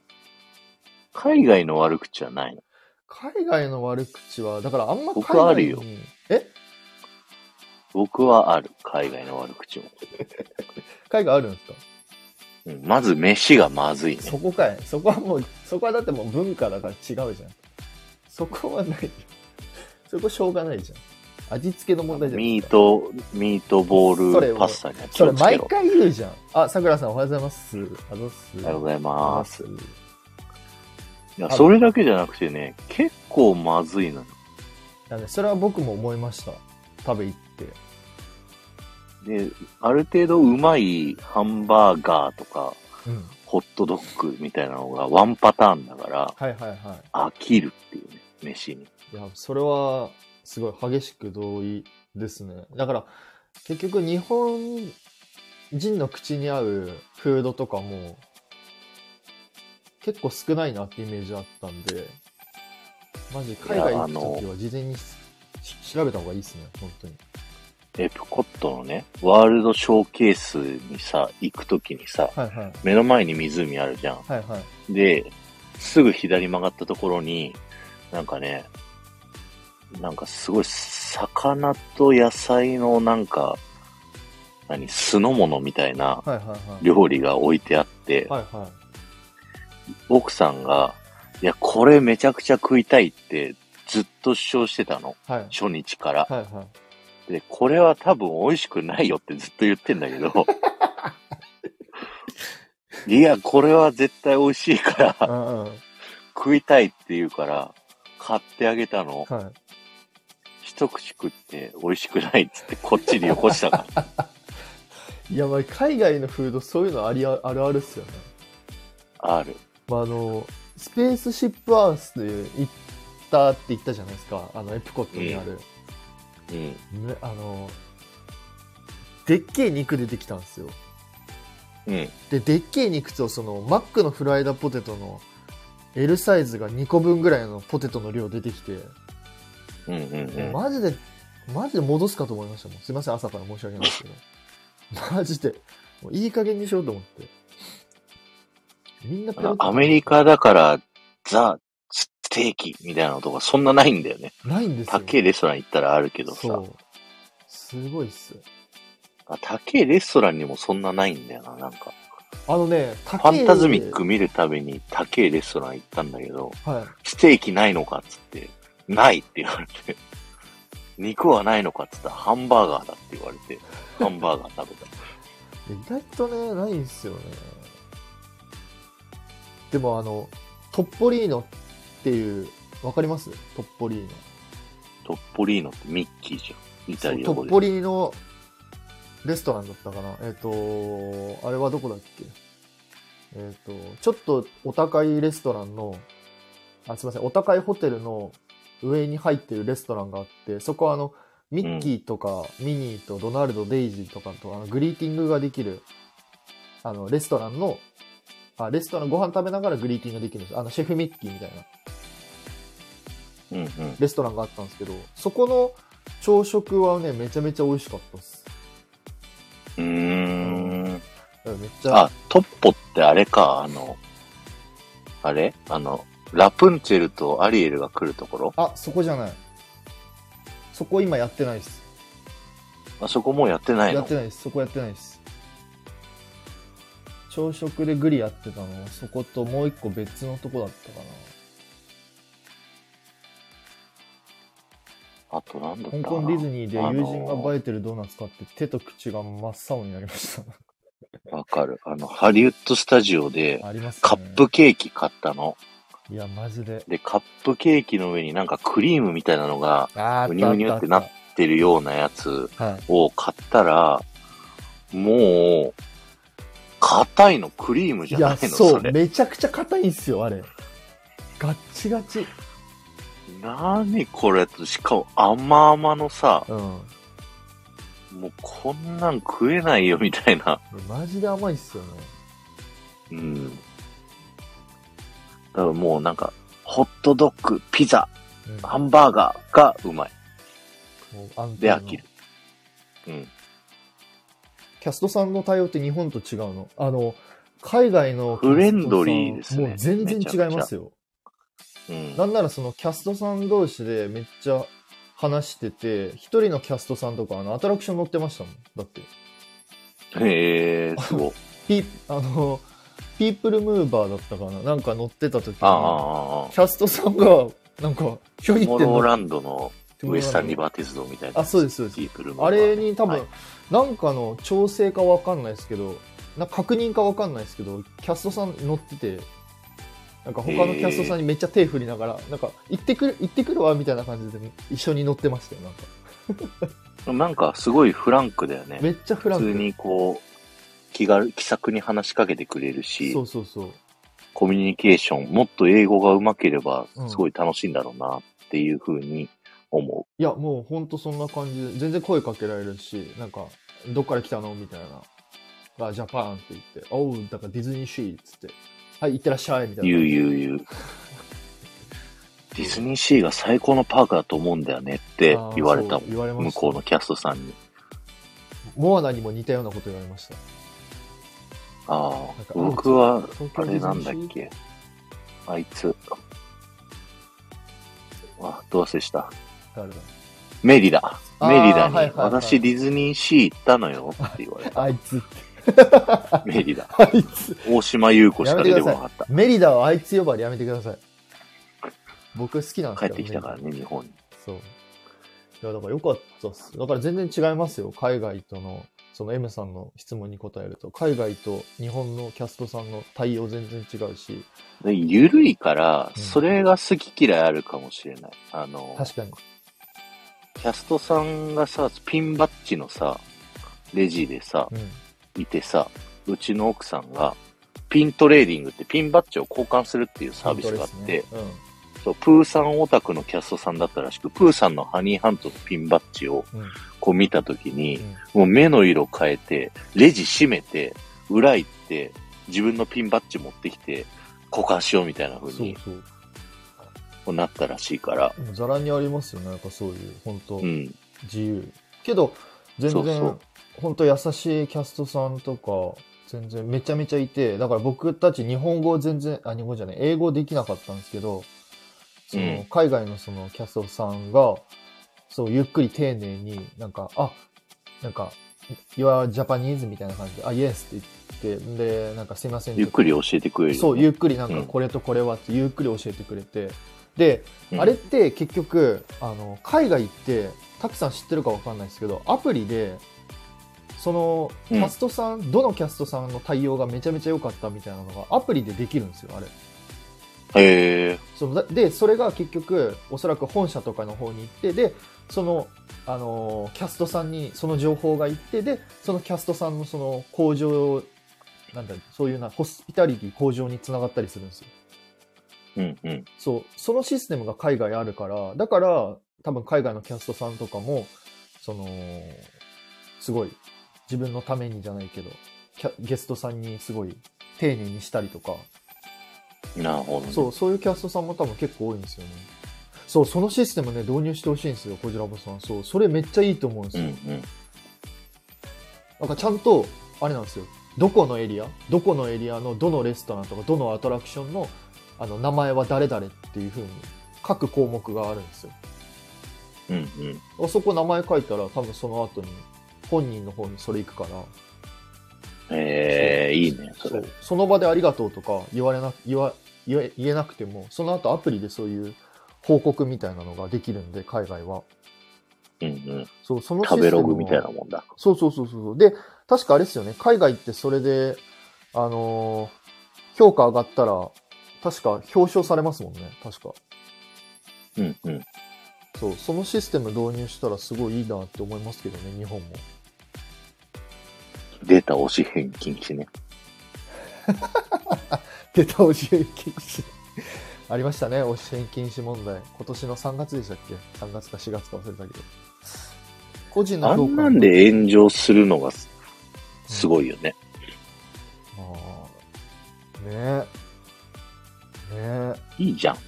海外の悪口はないの。海外の悪口は、だからあんま海僕あるよ外に。え僕はある。海外の悪口も。海外あるんですかうんまず飯がまずいね。そこかい。そこはもう、そこはだってもう文化だから違うじゃん。そこはないよ。そこしょうがないじゃん。味付けの問題じゃん。ミー。ト、ミートボそーれルパスタには気それをつけ毎ろ。回言うじゃん。あ、さくらさんおはようございます。あざっす。おはようございあざまっす。す。いや、それだけじゃなくてね、結構まずいのよ。なんで、それは僕も思いました。食べ行って。で、ある程度うまいハンバーガーとか、うん。ホットドッグみたいなのがワンパターンだから、はいはいは飽きるっていうね、飯に。い。いや、それは、すごい激しく同意ですね。だから、結局日本人の口に合うフードとかも、結構少ないなってイメージあったんで、マジ、海外行くときは事前にし調べた方がいいですね、本当に。エプコットのね、ワールドショーケースにさ、行くときにさ、はいはい。目の前に湖あるじゃん。はいはい。で、すぐ左曲がったところに、なんかね、なんかすごい魚と野菜のなんか、何、酢の物みたいなはいはいはい。料理が置いてあって、はいは奥さんが、いや、これめちゃくちゃ食いたいってずっと主張してたの。い。はい。初日から。はいはい。で、これは多分美味しくないよってずっと言ってんだけど。いや、これは絶対美味しいから、うんうん。はい。食いたいって言うから、買ってあげたの。はい一口食って美味しくないっつってこっちによこしたから。いやばい海外のフードそういうのありああるあるっすよね、ある。まあ、あのスペースシップアースで行ったって言ったじゃないですかあのエプコットにある、うん。ねあのでっけえ肉出てきたんですようん。ででっけえ肉とそのマックのフライドポテトの L サイズが2個分ぐらいのポテトの量出てきて、うんうんマジでマジで戻すかと思いましたもんすいません朝から申し訳ないですけ どマジでもういい加減にしようと思ってみんなペうロんッ。とアメリカだから、ザ・ステーキみたいなのとかそんなないんだよね。ないんですよ高いレストラン行ったらあるけどそさ。うすごいっすあ高いレストランにもそんなないんだよな、なんか。あのねフファンタズミック見るたびに高いレストラン行ったんだけど、はいステーキないのかっつって、ないって言われて、肉はないのかっつったらハンバーガーだって言われて、ハンバーガー食べ た。意外とねないんすよねでもあのトッポリーノっていうわかりますトッポリーノトッポリーノってミッキーじゃん。イタリアト語ッで。ポリーノレストランだったかなえっ、とあれはどこだっけえっ、とちょっとお高いレストランのあすいませんお高いホテルの上に入ってるレストランがあってそこはあのミッキーとかミニーとドナルド・デイジーとかとあのグリーティングができるあのレストランのあレストランご飯食べながらグリーティングできるんですあのシェフミッキーみたいなうんうん。レストランがあったんですけどそこの朝食はねめちゃめちゃ美味しかったですうーん。だからめっちゃあ、トッポってあれか、あの、あれあの、ラプンツェルとアリエルが来るところあそこじゃないそこ今やってないですあそこもうやってないやのってないですそこやってないです朝食でグリやってたのはそこともう一個別のとこだったかあとなんだったかなな香港ディズニーであの友人が映えてるドーナツ買って手と口が真っ青になりました わかる。あの、ハリウッドスタジオで、ありますねカップケーキ買ったの。いやマジでで、カップケーキの上になんかクリームみたいなのがあうにゅうにゅうってなっってるようなやつた はいを買ったら、もう、硬いのクリームじゃいないやのそそうれ。めちゃくちゃ硬いんすよあれガッチガチなにこれと、しかも甘々のさ、うんもうこんなん食えないよみたいな。マジで甘いっすよねうん。だからもうなんか、ホットドッグ、ピザ、うんハンバーガーがうまい。もう安定で、な飽きる。うん。キャストさんの対応って日本と違うのあの、海外のキャストさんフレンドリーですねもう全然違いますよ。うん。なんならそのキャストさん同士でめっちゃ話してて、一人のキャストさんとかあのアトラクション乗ってましたもん。だって。へえー、すごい。ピあの、ピープルムーバーだったかななんか乗ってた時に、キああャ ああ、ストさんがなんか、ひょいってモロー乗っランドのウエスタンリバー鉄道みたいな。あ、そうです、そうです。ディープルムーバあれーに多分、はいなんかの調整かわかんないですけど、な確認かわかんないですけど、キャストさん乗ってて、なんか他のキャストさんにめっちゃ手振りながら、なんか行ってくる、行ってくるわみたいな感じで一緒に乗ってましたよ。なんかなんかすごいフランクだよね。めっちゃフラン普ク通にこう、気軽、気さくに話しかけてくれるしそ、うそうそう。コミュニケーション、もっと英語が上手ければうん、すごい楽しいんだろうなっていうふうに思いや、もうほんとそんな感じで、全然声かけられるし、なんか、どっから来たのみたいな。あ、ジャパンって言って、おう、だからディズニーシーっつって、はい、行ってらっしゃいみたう。いな。言う言う言う。ディズニーシーが最高のパークだと思うんだよねってあー言われそたもう言われん。ま向したこうのキャストさんに。モアナにも似たようなこと言われました。あなんあか、僕は東、京あディズニれーシーなんだっけ。あいつ。あ、どうせした。誰だメリだ。あーメリはダいには、いはい私ディズニーシー行ったのよって言わ れた。あいつ、メリダ。あいつ。大島優子しか出てこなかった。メリダはあいつ呼ばわりやめてください。僕好きなんです帰よってきたからね、日本に。そう。いや、だからよかったっす。だから全然違いますよ。海外との、その M さんの質問に答えると、海外と日本のキャストさんの対応全然違うし、で緩いから、うんそれが好き嫌いあるかもしれない。あの、確かに。キャストさんがさ、ピンバッジのさ、レジでさ、うん。いてさ、うちの奥さんが、ピントレーディングってピンバッジを交換するっていうサービスがあっ本当てで、すねそうプーさんオタクのキャストさんだったらしく、プーさんのハニーハントのピンバッジをうん。うん。こう見たときにう、んもう目の色変えて、レジ閉めて、裏行って、自分のピンバッジ持ってきて、交換しようみたいな風そうにそう。こうなったらしいから、でもざらにありますよね。なんかそういう、本当うん。自由。けど、全そうそ然う、本当優しいキャストさんとか、全然めちゃめちゃいて、だから僕たち日本語全然、あ、日本語じゃない、英語できなかったんですけど、その、うん海外のそのキャストさんが、そう、ゆっくり丁寧に、なんか、あ、なんか、You are Japanese みたいな感じで、あ、Yes って言って、で、なんかすいません、ゆっくり教えてくれるよね。そう、ゆっくりなんかうんこれとこれはってゆっくり教えてくれて。で、うんあれって結局、あの、海外って、たくさん知ってるかわかんないですけど、アプリで、その、キャストさん、どのキャストさんの対応がめちゃめちゃ良かったみたいなのが、アプリでできるんですよ、あれ。へえそのだで、それが結局、おそらく本社とかの方に行って、で、その、あのーキャストさんにその情報が行って、で、そのキャストさんのその向上、なんだ、そういうな、ホスピタリティ向上につながったりするんですよ。うんうん。そう、そのシステムが海外あるから、だから、多分海外のキャストさんとかも、その、すごい、自分のためにじゃないけど、キャゲストさんにすごい丁寧にしたりとか、なるほど、ね。そう、そういうキャストさんも多分結構多いんですよね。そう、そのシステムね、導入してほしいんですよ、こじらぼさん。そう、それめっちゃいいと思うんですうんよ。うん。なんかちゃんと、あれなんですよ。どこのエリアどこのエリアのどのレストランとかどのアトラクションのあの名前は誰々っていう風に各項目があるんですよ。うんうん。あそこ名前書いたら多分その後に本人の方にそれ行くから。へえいいね、そそれう。その場でありがとうとか言われな言わ言え言えなくても、その後アプリでそういう報告みたいなのができるんで、海外は。うんうん。そう、そのシステムは食べログみたいなもんだ。そうそうそうそうそう。で、確かあれですよね。海外ってそれで、あのー評価上がったら、確か表彰されますもんね。確か。うんうん。そう、そのシステム導入したらすごいいいなって思いますけどね、日本も。データ押し返金しね。出た押し返禁止。ありましたね、押し返禁止問題。今年の3月でしたっけ ?3 月か4月か忘れたけど。個人のあ評ん価。なんで炎上するのがすすごいよね。まあ、ねえ。え。いいじゃんっ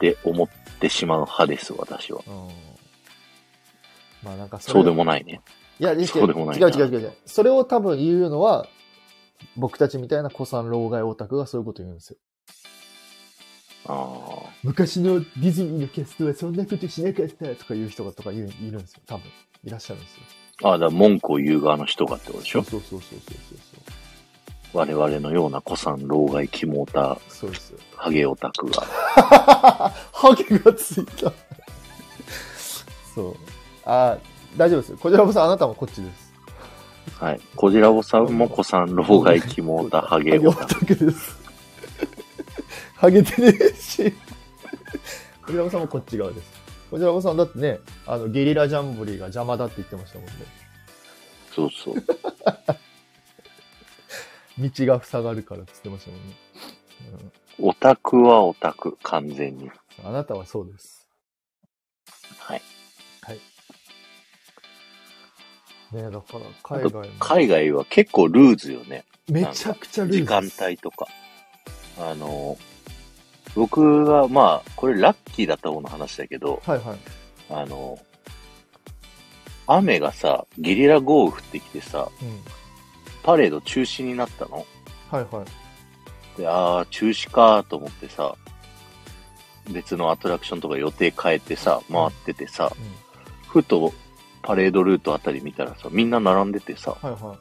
て思ってしまう派です、私は。うん。まあなんかそうでももないね。いや、違うそうでもない違なう違う違う違う。それを多分言うのは、僕たちみたいな子さん老害オタクがそういうこと言うんですよ。あ昔のディズニーのキャストはそんなことしなかったとか言う人がとか言ういるんですよ。多分。いらっしゃるんですよ。あ。ああ、だから文句を言う側の人がってことでしょそうそうそうそうそうそう。我々のような子さん、老害、キモータ、そうですよ。 ハゲオタクが。ハゲがついた。そう。あー大丈夫です。こちらこそあなたもこっちです。はい。こじらぼさんも子さん、老害、キモータ、ハゲオタク。ハゲオタクです。 ハゲてねえし。こちらこそもこっち側です。こちらこそだってね、あの、ゲリラジャンボリーが邪魔だって言ってましたもんね。そうそう。道が塞がるからって言ってましたもんね。オタクはオタク、完全に。うん、あなたはそうです。はい。ねだから海外も海外は結構ルーズよね。めちゃくちゃルー時ル間帯とか。あの、僕はまあ、これラッキーだった方の話だけど、はいはい。あの、雨がさ、ゲリラ豪雨降ってきてさ、うん。パレード中止になったの。はいはい。で、あー、中止かーと思ってさ、別のアトラクションとか予定変えてさ、回っててさ、うんふとパレードルートあたり見たらさ、みんな並んでてさ、はいは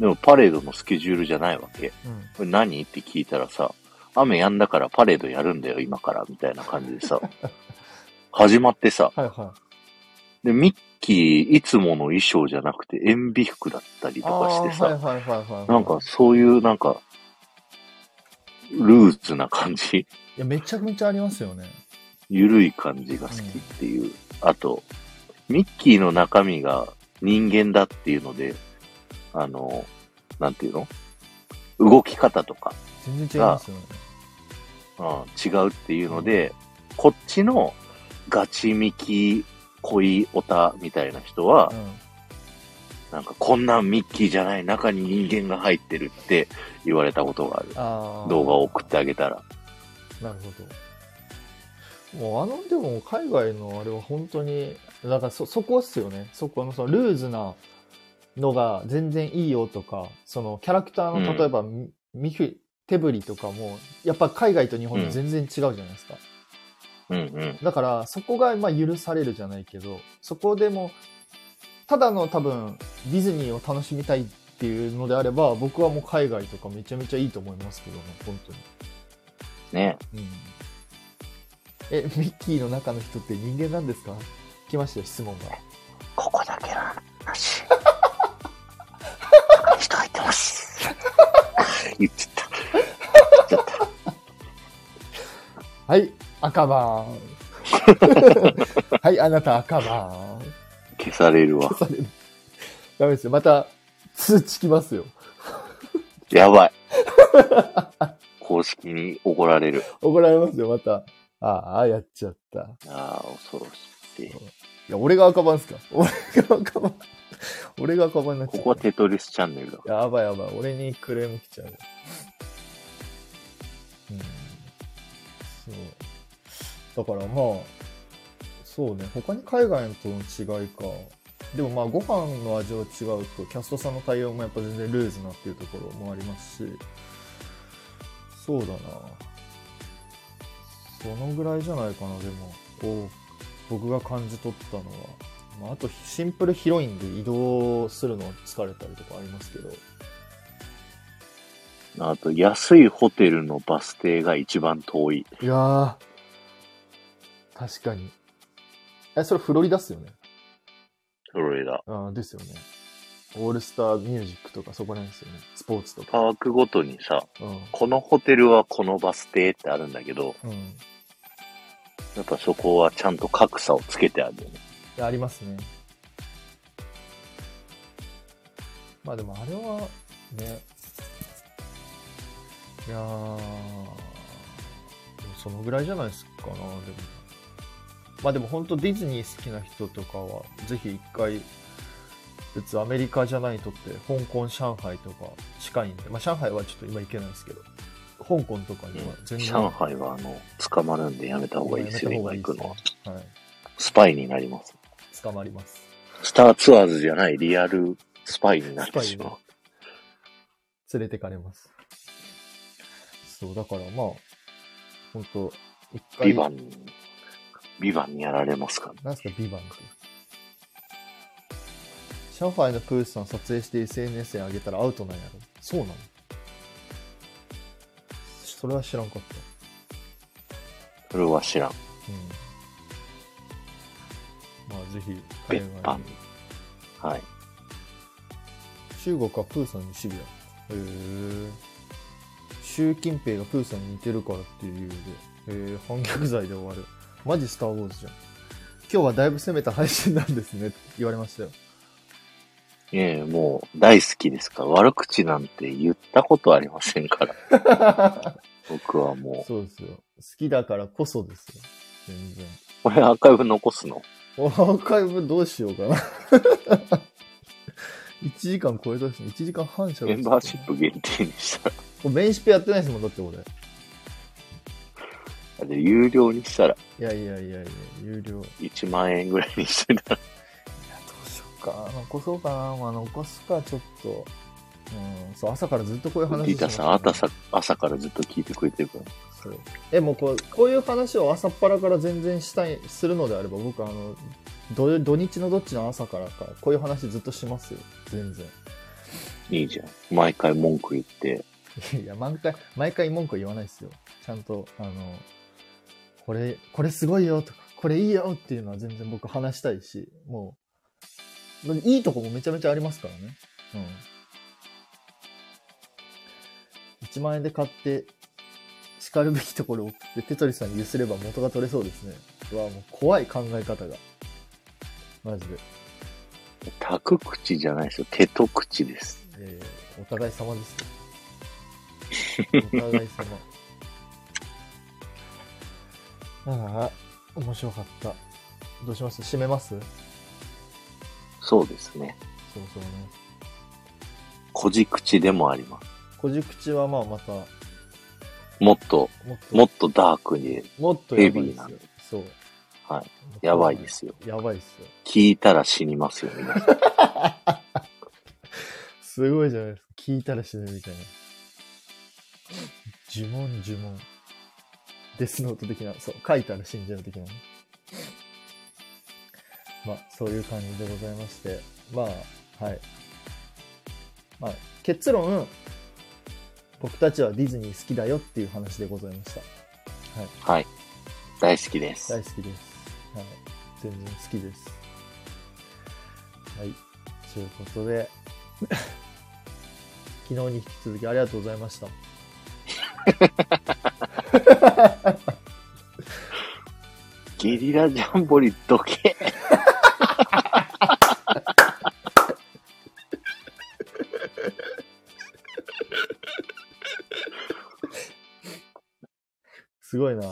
でもパレードのスケジュールじゃないわい。け。うん。これ何って聞いたらさ、雨やんだからパレードやるんだよ、今から、みたいな感じ でさ、始まってさ、はいはい。で、ミッキー、いつもの衣装じゃなくて、塩ビ服だったりとかしてさ、あーはいはいはいはいはい。なんか、そういう、なんか、ルーズな感じ、いや、めちゃめちゃありますよね。ゆるい感じが好きっていう。あと、ミッキーの中身が人間だっていうので、あの、なんていうの動き方とか、全然違いますよね。うん、違うっていうので、こっちのガチミキ恋オタみたいな人はう、ん。なんかこんなんミッキーじゃない中に人間が入ってるって言われたことがある。あー動画を送ってあげたら。なるほど。もうあの、でも海外のあれは本当に、だからそ、そこっすよね。そこの、そのルーズなのが全然いいよとか、そのキャラクターうの、ん例えば、みミフ、手振りとかも、やっぱ海外と日本で全然違うじゃないですか。うんうん。だから、そこがまあ許されるじゃないけど、そこでも、ただの多分、ディズニーを楽しみたいっていうのであれば、僕はもう海外とかめちゃめちゃいいと思いますけどね、本当に。ね。うんえ、ミッキーの中の人って人間なんですか来ましたよ、質問が。ここだけの話。人入ってます。言っちゃった。言っちゃった。はい、赤番。はい、あなた赤番。消されるわ。されるダメですよ。また、通知来ますよ。やばい。公式に怒られる。怒られますよ、また。ああ、やっちゃった。いああ、恐ろしい。や、俺が赤番っすか 俺が赤番。俺が赤番になっちゃっこた。こはテトリスチャンネルだ。やばいやばい、俺にクレーム来ちゃう。うん。そう。だからまあ、そうね、他に海外との違いか。でもまあ、ご飯の味は違うと、キャストさんの対応もやっぱ全然ルーズなっていうところもありますし、そうだな。そのぐらいじゃないかな、でも、こう、僕が感じ取ったのは。まあ、あと、シンプルヒロインで移動するの疲れたりとかありますけど。あと、安いホテルのバス停が一番遠い。いやー、確かに。え、それフロリダっすよね。フロリダ。あーですよね。オールスターミュージックとかそこら辺ですよね。スポーツとか。パークごとにさ、うこのホテルはこのバス停ってあるんだけど、ん。うん。やっぱそこはちゃんと格差をつけてあるよね。ありますね。まあでもあれは、ね。いやー、でもそのぐらいじゃないですかな、でも。まあでも本当ディズニー好きな人とかは、ぜひ一回、別にアメリカじゃないとって、香港、上海とか近いんで、まあ上海はちょっと今行けないですけど、香港とかには全然、上海はあの、捕まるんでやめた方がいいですよ、やめた方が今いい行ですくねのは。はい、スパイになります。捕まります。スターツアーズじゃないリアルスパイになってしまう。連れてかれます。そう、だからまあ、ほんと、一回。ビバンに、ビバンにやられますから。なんすか、ビバンって。上海のプースさん撮影して SNS に上げたらアウトなんやろ。そうなのそれは知らんかった。それは知らん。うん。まあ、ぜひ、別海外班に。。はい。中国はプーさんにシビア。へえ。習近平がプーさんに似てるからっていう理由で、えー、反逆罪で終わる。マジスター・ウォーズじゃん。今日はだいぶ攻めた配信なんですねって言われましたよ。ええ、もう大好きですから、悪口なんて言ったことありませんから。僕はもう、そうですよ。好きだからこそですよ。全 然。これアーカイブ残すのアーカイブどうしようかな。1時間超えたし、1時間半しゃメンバーシップ限定にしたプ。メインシペやってないですもん、だって俺。いら、で有料にしたらやいやいやいや、有料。 1万円ぐらいにしてたら、いやどうしようか残そうかな、まあ、残すかちょっと、うん、そう朝からずっとこういう話リータしてさん、まあしたねたさ、朝からずっと聞いてくれてるから。そうえもうこうこういう話を朝っぱらから全然したいするのであれば僕あの土土日のどっちの朝からかこういう話ずっとしますよ全然いいじゃん。毎回文句言って、いや毎回毎回文句は言わないですよちゃんとあのこれこれすごいよとかこれいいよっていうのは全然僕話したいしもういいとこもめちゃめちゃありますからねうん1万円で買って叱るべきところを送ってテトリスさんにゆすれば元が取れそうですねうわもう怖い考え方がマジで、タク口じゃないですよ。手と口です。えーお互い様 ですよお互い様ああ面白かったどうします閉めますそうそうですね。そうねこじ口でもあります。こじ口はまあまたももっと、っともっとダークに、もっとやばいヘビでーすなよそうはい。やばいですよ。やばいっすよ聞いたら死にますよ、皆さん。すごいじゃないですか。聞いたら死ぬみたいな。呪文、呪文。デスノート的な、そう、書いたら死んじゃう的なね。まあ、そういう感じでございまして。まあ、はい。まあ、結論、僕たちはディズニー好きだよっていう話でございました。はい。大好きです。大好きです。はい。全然好きです。はい。ということで、 昨日に引き続きありがとうございました。ゲリラジャンボリどけ。すごいな。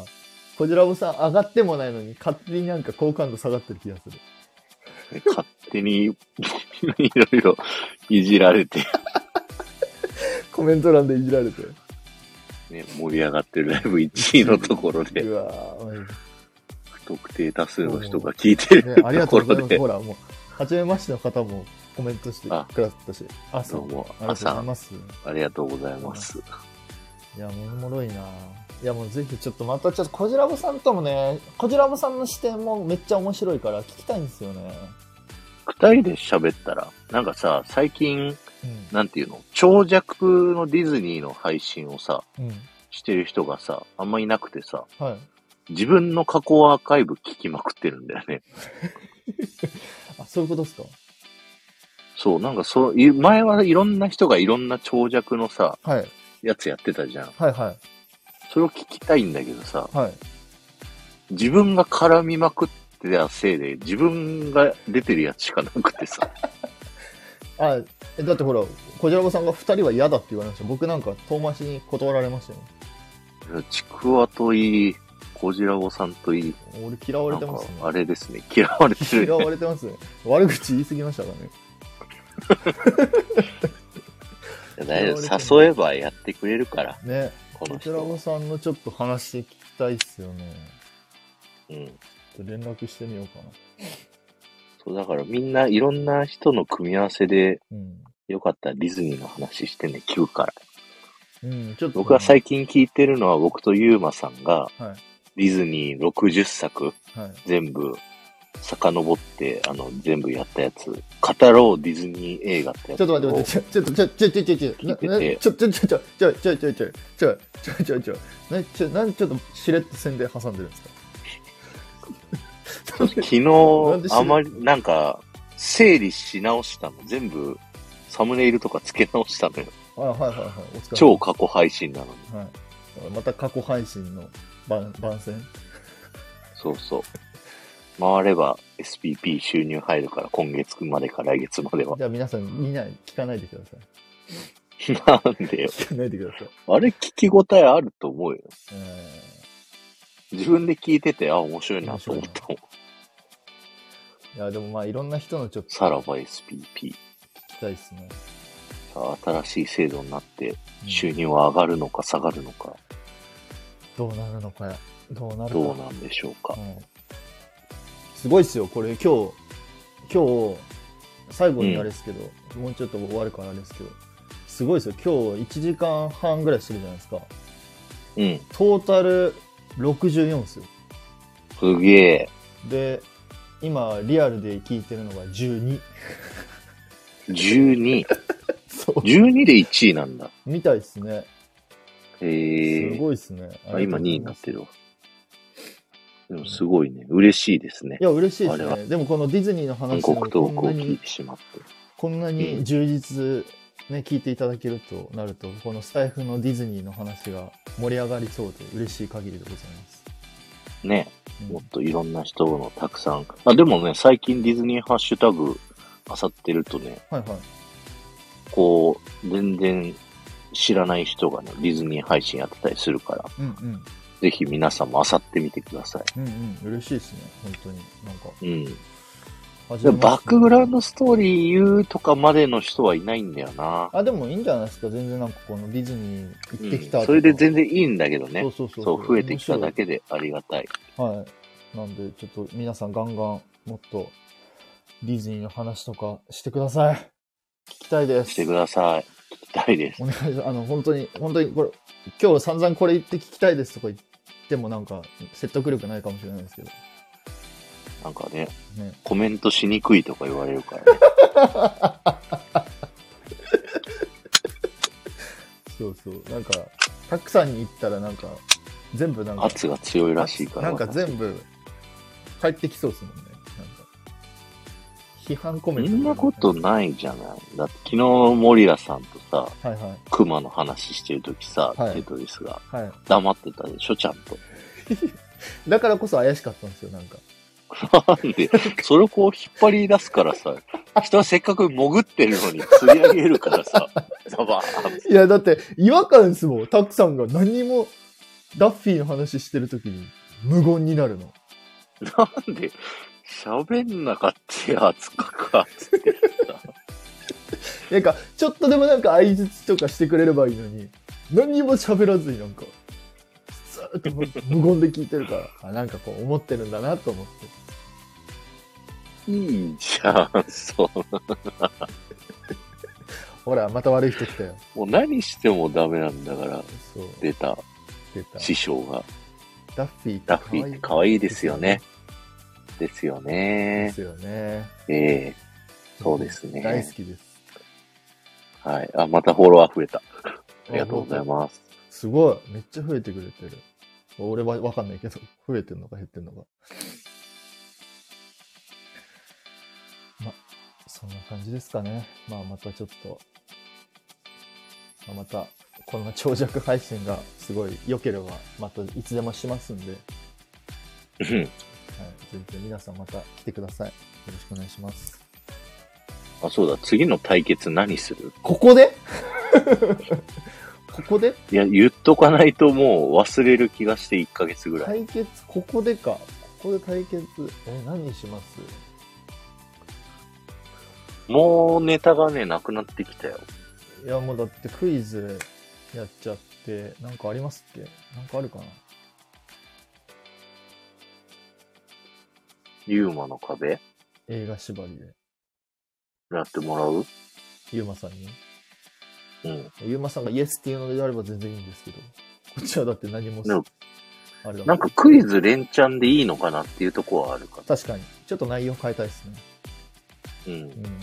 コジラボさん上がってもないのに勝手になんか好感度下がってる気がする。 勝手に、いろいろいじられて、コメント欄でいじられて。ね、盛り上がってるライブ1位のところで、うわぁ、マ不特定多数の人が聞いてジでねるありがととうござ こいろます。でほ、ら、もう、初めましての方もコメントしてくあださったし。朝、どうもありがとうございます。ありがとうございます。いや、もうおもろいな。いや、もうぜひちょっとまたちょっと、こじらぼさんともね、こじらぼさんの視点もめっちゃ面白いから聞きたいんですよね。二人で喋ったら、なんかさ、最近、うん。なんていうの、長尺のディズニーの配信をさ、うん。してる人がさ、あんまいなくてさ、はい。自分の過去アーカイブ聞きまくってるんだよね。あ、そういうことですかそう、なんかそういう、前はいろんな人がいろんな長尺のさ、はい。やつやってたじゃん。はいはそれを聞きたいんだけどさ、い。はい。自分が絡みまくってたせいで、自分が出てるやつしかなくてさ、 あ、えだってほら、こじらぼさんが2人は嫌だって言われました。僕なんか遠回しに断られましたよ。ちくわといい、こじらぼさんといい、俺嫌わなれんてまかすね。あれですね、嫌われて 嫌る、ね。われてます ね。悪口言い過ぎましたかね。いや大丈夫誘えばやってくれるから。ね。このテラ人。ボさんのちょっと話聞きたいっすよね。うん。ちょっと連絡してみようかな。そう、だからみんないろんな人の組み合わせで、うん。よかったらディズニーの話してね、聞くから。うん、ちょっと。僕が最近聞いてるのは、僕とユーマさんが、はディズニー60作近。はい。全部、遡って、あの、全部やったやつ、語ろうディズニー映画ってやちつょを。っと待って待って、ちょ、ちょ、ちょ、ちょ、ちょ、ちょ、ちょ、ななちょ、ちょ、ちょ、ちょ、ちょ、ちょ、ちょ、ちょ、ちょ、ちょ、ちょ、ちょ、なちょ、なん、ちょっとしれっと宣伝挟んでるんですか な昨んで日、知るあまり、なんか、整理し直したの。全部、サムネイルとか付け直したのよ。あ、はいはいはい。お疲れ。超過去配信なのに。はい。また過去配信の番番宣。そうそう。回れば SPP 収入入るから、今月までか来月までは。 じゃあ皆さん見ない、聞かないでください。なんでよ。聞かないでください。あれ聞き応えあると思うよ。え自分で聞いてて、あ、面白いなと思ったもん。ー、いや、でもまあいろんな人のちょっとさらば SPP。聞きたいですね。さあ、新しい制度になって、うん収入は上がるのか下がるのか、どうなるのかや。どうなるかどうなんでしょうか。うんすごいっすよ、これ今日、今日、最後にあれですけど、もうちょっと終わるからあれですけど、すごいっすよ、今日1時間半ぐらいしてるじゃないですか。うん。トータル64っすよ。すげえ。で、今、リアルで聞いてるのが12。 12。 そう。 12で1位なんだ。みたいっすね。へすえ。ごいっすね。あ今2位になってる。るわ。でもすごいね。嬉しいですねい。や、嬉しいですあれね。でもこのディズニーの韓話国をトこークをんな聞いに、てしまって。こんなに充実、ね、聞いていただけるとなると、このスタイフのディズニーの話が盛り上がりそうで嬉しい限りでございます。ね。うんもっといろんな人のたくさん。あ、でもね、最近ディズニーハッシュタグ漁ってるとね、はいはい。こう、全然知らない人がね、ディズニー配信やってたりするから、うんうん。ぜひ皆さんも漁ってみてくださうんうん。嬉しいですね。本当に。なんかい。うん。初めでまして。もバックグラウンドストーリー言うとかまでの人はいないんだよな。あ、でもいいんじゃないですか。全然なんかこのディズニー行ってきたとうんか、それで全然いいんだけどねそう。そうそう。そう、増えてきただけでありがたい。はい。なんで、ちょっと皆さんガンガンもっとディズニーの話とかしてください。聞きたいでしすて。ください。聞きたいです。お願いします。あの、本当に、本当にこれ、今日散々これ言って聞きたいですとか言ってもなんか説得力ないかもしれないですけど。なんかね、ね。コメントしにくいとか言われるから ね。そうそう。なんか、たくさんに行ったらなんか、全部なんか、圧が強いらしいから。なんか全部、帰ってきそうですもんね。なんか、批判コメント。そんなこと。ないじゃない。だって昨日、モリラさんとさ、はいはい。クマの話してるときさ、はいテトリスがは黙ってたでしょ、ちゃんと。い。だからこそ怪しかったんですよ、なんか。なんで、それをこう引っ張り出すからさ、人はせっかく潜ってるのに釣り上げるからさ、ザバーン。いや、だって、違和感ですもん。タクさんが何も、ダッフィーの話してるときに、無言になるの。なんで、喋んなかったやつかか、つってさ。なんか、ちょっとでもなんか相槌とかしてくれればいいのに、何にも喋らずになんか、ずーっと無無言で聞いてるから、あ、なんかこう思ってるんだなと思って。いいじゃん、そう。ほら、また悪い人来たよ。もう何してもダメなんだから、そう、出た出た。師匠が。ダッフィーダッフィーって可愛いですよね。。ですよでね。すよね。ええそうですね大好きです。はい。あ、またフォロワー増えた。ありがとうございます。す。すごい。めっちゃ増えてくれてる。俺はわかんないけど、増えてんのか減ってんのか。ま、そんな感じですかね。まあまたちょっと、まあ、また、こんな長尺配信がすごい良ければ、またいつでもしますんで、はい、うん全然皆さんまた来てください。よろしくお願いします。あ、そうだ。次の対決何するここで ここでいや、言っとかないともう忘れる気がして1ヶ月ぐらい。対決、ここでか。ここで対決。え、何しますもうネタがね、なくなってきたよ。いや、もうだってクイズやっちゃっってなんかありますっけなんかあるかなユーマの壁映画縛りで。やってもらうユーマさんに。うん。ユーマさんがイエスっていうのであれば全然いいんですけど。こっちはだって何もでも、あれだなんかクイズ連チャンでいいのかなっていうとこはあるか確かに。ちょっと内容変えたいですね。ら。うん。うん。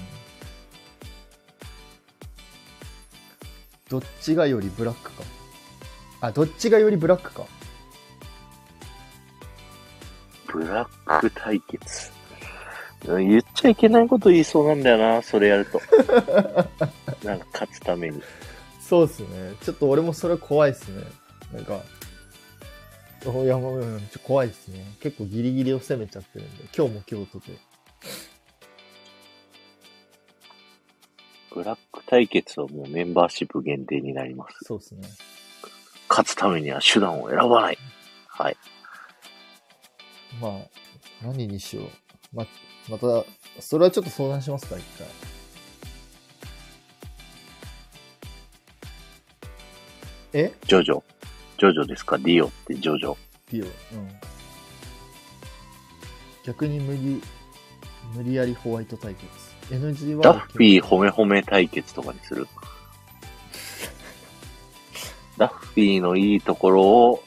どっちがよりブラックか。あ、どっちがよりブラックか。ブラック対決。うん言っちゃいけないこと言いそうなんだよな、それやる と。なんか勝つために。そうですね。ちょっと俺もそれ怖いですね。なんか、おいやもううんちょ怖いですね。結構ギリギリを攻めちゃってるんで、今日も今日とて。ブラック対決はもうメンバーシップ限定になります。そうですね。勝つためには手段を選ばない。はい。まあ、何にしよう。ま、また、それはちょっと相談しますか、一回。えジョジョ。ジョジョですかディオってジョジョ。っていう。うん。逆に無理、無理やりホワイト対決。NG はダッフィー褒め褒め対決とかにする。ダッフィーのいいところを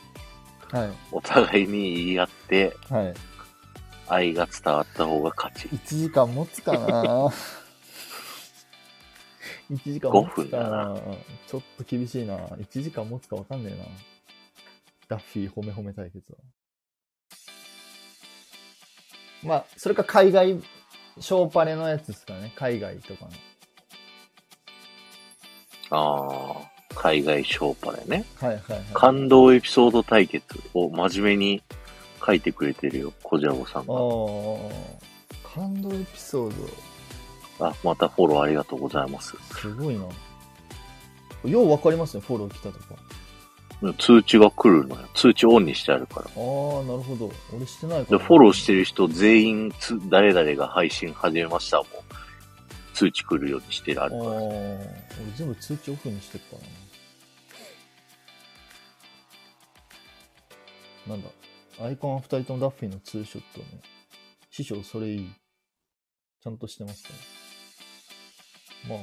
はお互いに言い合って、い。はい。愛が伝わった方が勝ち。 1時間持つか な1時間持つか5分だななちょっと厳しいな1時間持つか分かんねえなダッフィー褒め褒め対決はまあそれか海外ショーパレのやつですかね海外とかのああ、海外ショーパレね。はいはいはい感動エピソード対決を真面目に書いてくれてるよ、小ジャボさんあが。ー感動エピソーあ、またフォローありがとうございます。ドすごいなよう分かりますねフォロー来たとか通知が来るのよ。通知オンにしてあるから。ああなるほど俺してないからで、フォローしてる人全員つ、誰々が配信始めましたもん通知来るようにしてるあああるー、から。俺全部通知オフにしてるからな。なんだ、アイコンは2人ともダッフィーのツーショットね。師匠、それいい。ちゃんとしてますね。まあ、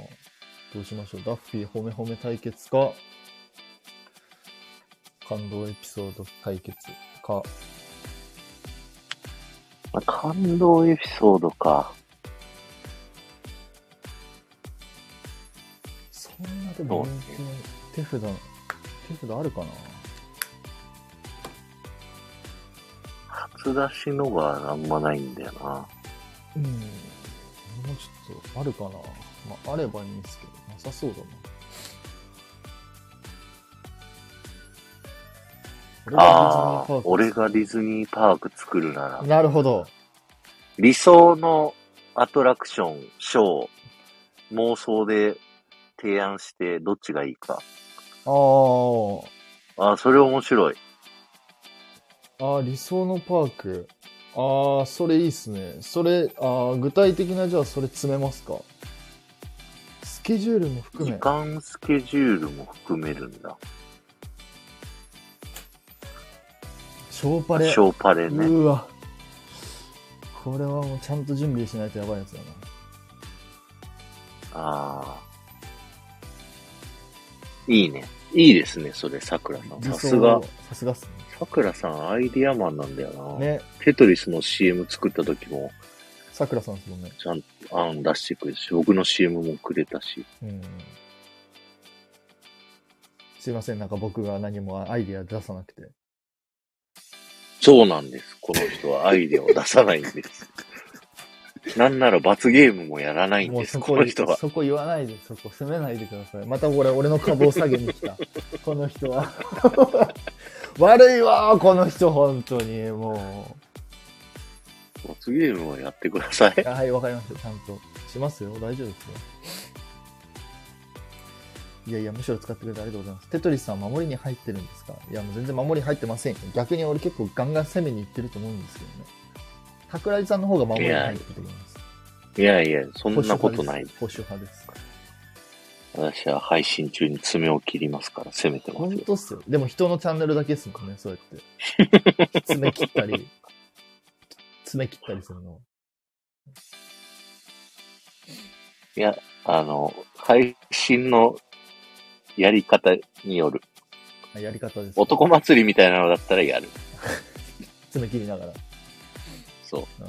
どうしましょう。ダッフィー褒め褒め対決か、感動エピソード対決か。まあ感動エピソードか。そんなでも人気の手札、手札あるかな初出しのがあんまないんだよな。うん、もうちょっとあるかな、まあ、あればいいんですけどなさそうだな俺あがあ、ディズニ俺ーパークがディズニーパーク作るなら、なるほど理想のアトラクション、ショー、妄想で提案してどっちがいいか。あああ、それ面白い。ーあー理想のパークああそれいいっすねそれあー具体的なじゃあそれ詰めますかスケジュールも含時め間スケジュールも含めるんだ。ショーパレショーパレね。うわこれはもうちゃんと準備しないとやばいやつだなああ。いいね。いいですね、それ、桜さん。理さ想すが。さすがっすね桜さん、アイディアマンなんだよな。ねテトリスの CM 作った時も、さくらさんですもんね。ちゃんと案出してくれるし、僕の CM もくれたし。うん。すいません、なんか僕が何もアイディア出さなくて。そうなんです。この人はアイデアを出さないん です。なんなら罰ゲームもやらないんもうです、そここの、人は。そこ言わないで、そこ責めないでください。またこれ、俺の株を下げに来た。この人は。 悪いわ、この人、本当に。も。。罰ゲームはやってください うはい、わかりました。ちゃんと。しますよ。大丈夫ですよ。いやいや、むしろ使ってくれてありがとうございます。テトリスさん、守りに入ってるんですかいや、もう全然守りに入ってませんよ。逆に俺結構ガンガン攻めに行ってると思うんですけどね。桜井さんの方が守りに入ってると思います。いやいや、そんなことない。保守派です。保守派です私は配信中に爪を切りますから、攻めてま本すよ。当っすよ。でも人のチャンネルだけっすもんね、そうやって。爪切った り、爪切ったりするの。いや、あの、配信のやり方による。あやり方です、男祭りみたいなのだったらやる。爪切りながら。そうん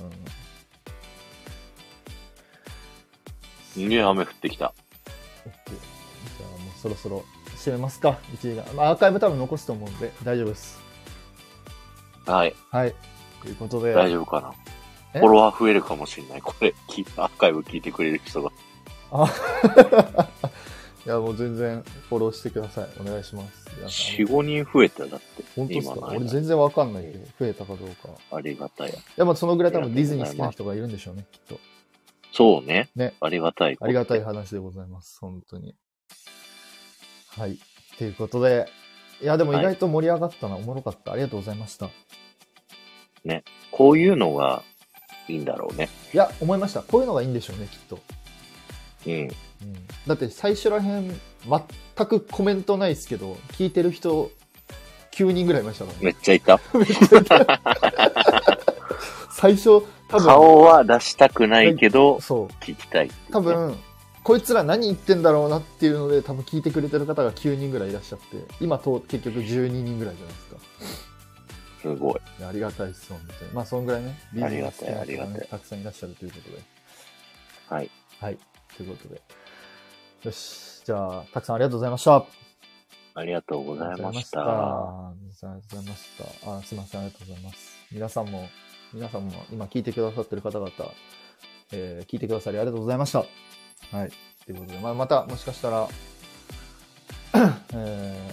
う。ね雨降ってきた。 OK じゃあもうそろそろ締めますか、1時間。まあ、アーカイブ多分残すと思うんで大丈夫です。はい。はい。ということで、大丈夫かな。えフォロワー増えるかもしれない。これ、聞いアーカイブ聞いてくれる人が。あ いや、もう全然フォローしてください。お願いします。皆さ4、ん5人増えたよだって。本当です今かの俺間全然わかんないけど、増えたかどうか。いありがたい。や、まあそのぐらい多分ディズニー好きな人がいるんでしょうね、きっと。そうね。ねありがたい。ありがたい。話でございます、本当に。はい。ということで、いや、でも意外と盛り上がったな、おもろかった。ありがとうございました。いこういうのがいいんだろうね。や、思いました。こういうのがいいんでしょうね、きっと。うん。うん、だって最初らへん、全くコメントないですけど、聞いてる人、9人ぐらいいましたからめね。っちゃいた。最初、多分、顔は出したくないけど、そう。聞きたいっていうね多分、こいつら何言ってんだろうなっていうので、多分聞いてくれてる方が9人ぐらいいらっしゃって、今と結局12人ぐらいじゃないですか。すごい。いやありがたいです、本当に。まあ、そんぐらいね、ありがたいディズニー好きなあり方ががたねたくさんいらっしゃるということで。はい。はい。ということで。よし。じゃあ、たくさんありがとうございました。ありがとうございました。ありがとうございました。あ、すいません、ありがとうございます。皆さんも、皆さんも今聞いてくださってる方々、えー聞いてくださりありがとうございました。はい。ということで、まあ、また、もしかしたら、え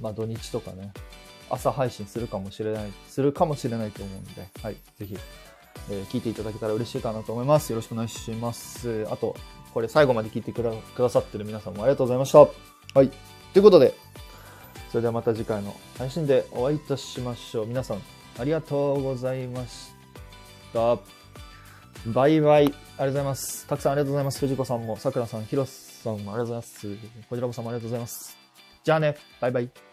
ーまあ、土日とかね、朝配信するかもしれない、するかもしれないと思うんで、はい。ぜひ、えー聞いていただけたら嬉しいかなと思います。よろしくお願いします。あと、これ最後まで聞いてくだくださってる皆さんもありがとうございました。はい。ということで、それではまた次回の配信でお会いいたしましょう。皆さん、ありがとうございました。バイバイ。ありがとうございます。たくさんありがとうございます。藤子さんも、さくらさん、ひろさんもありがとうございます。こちらこそもありがとうございます。じゃあね。バイバイ。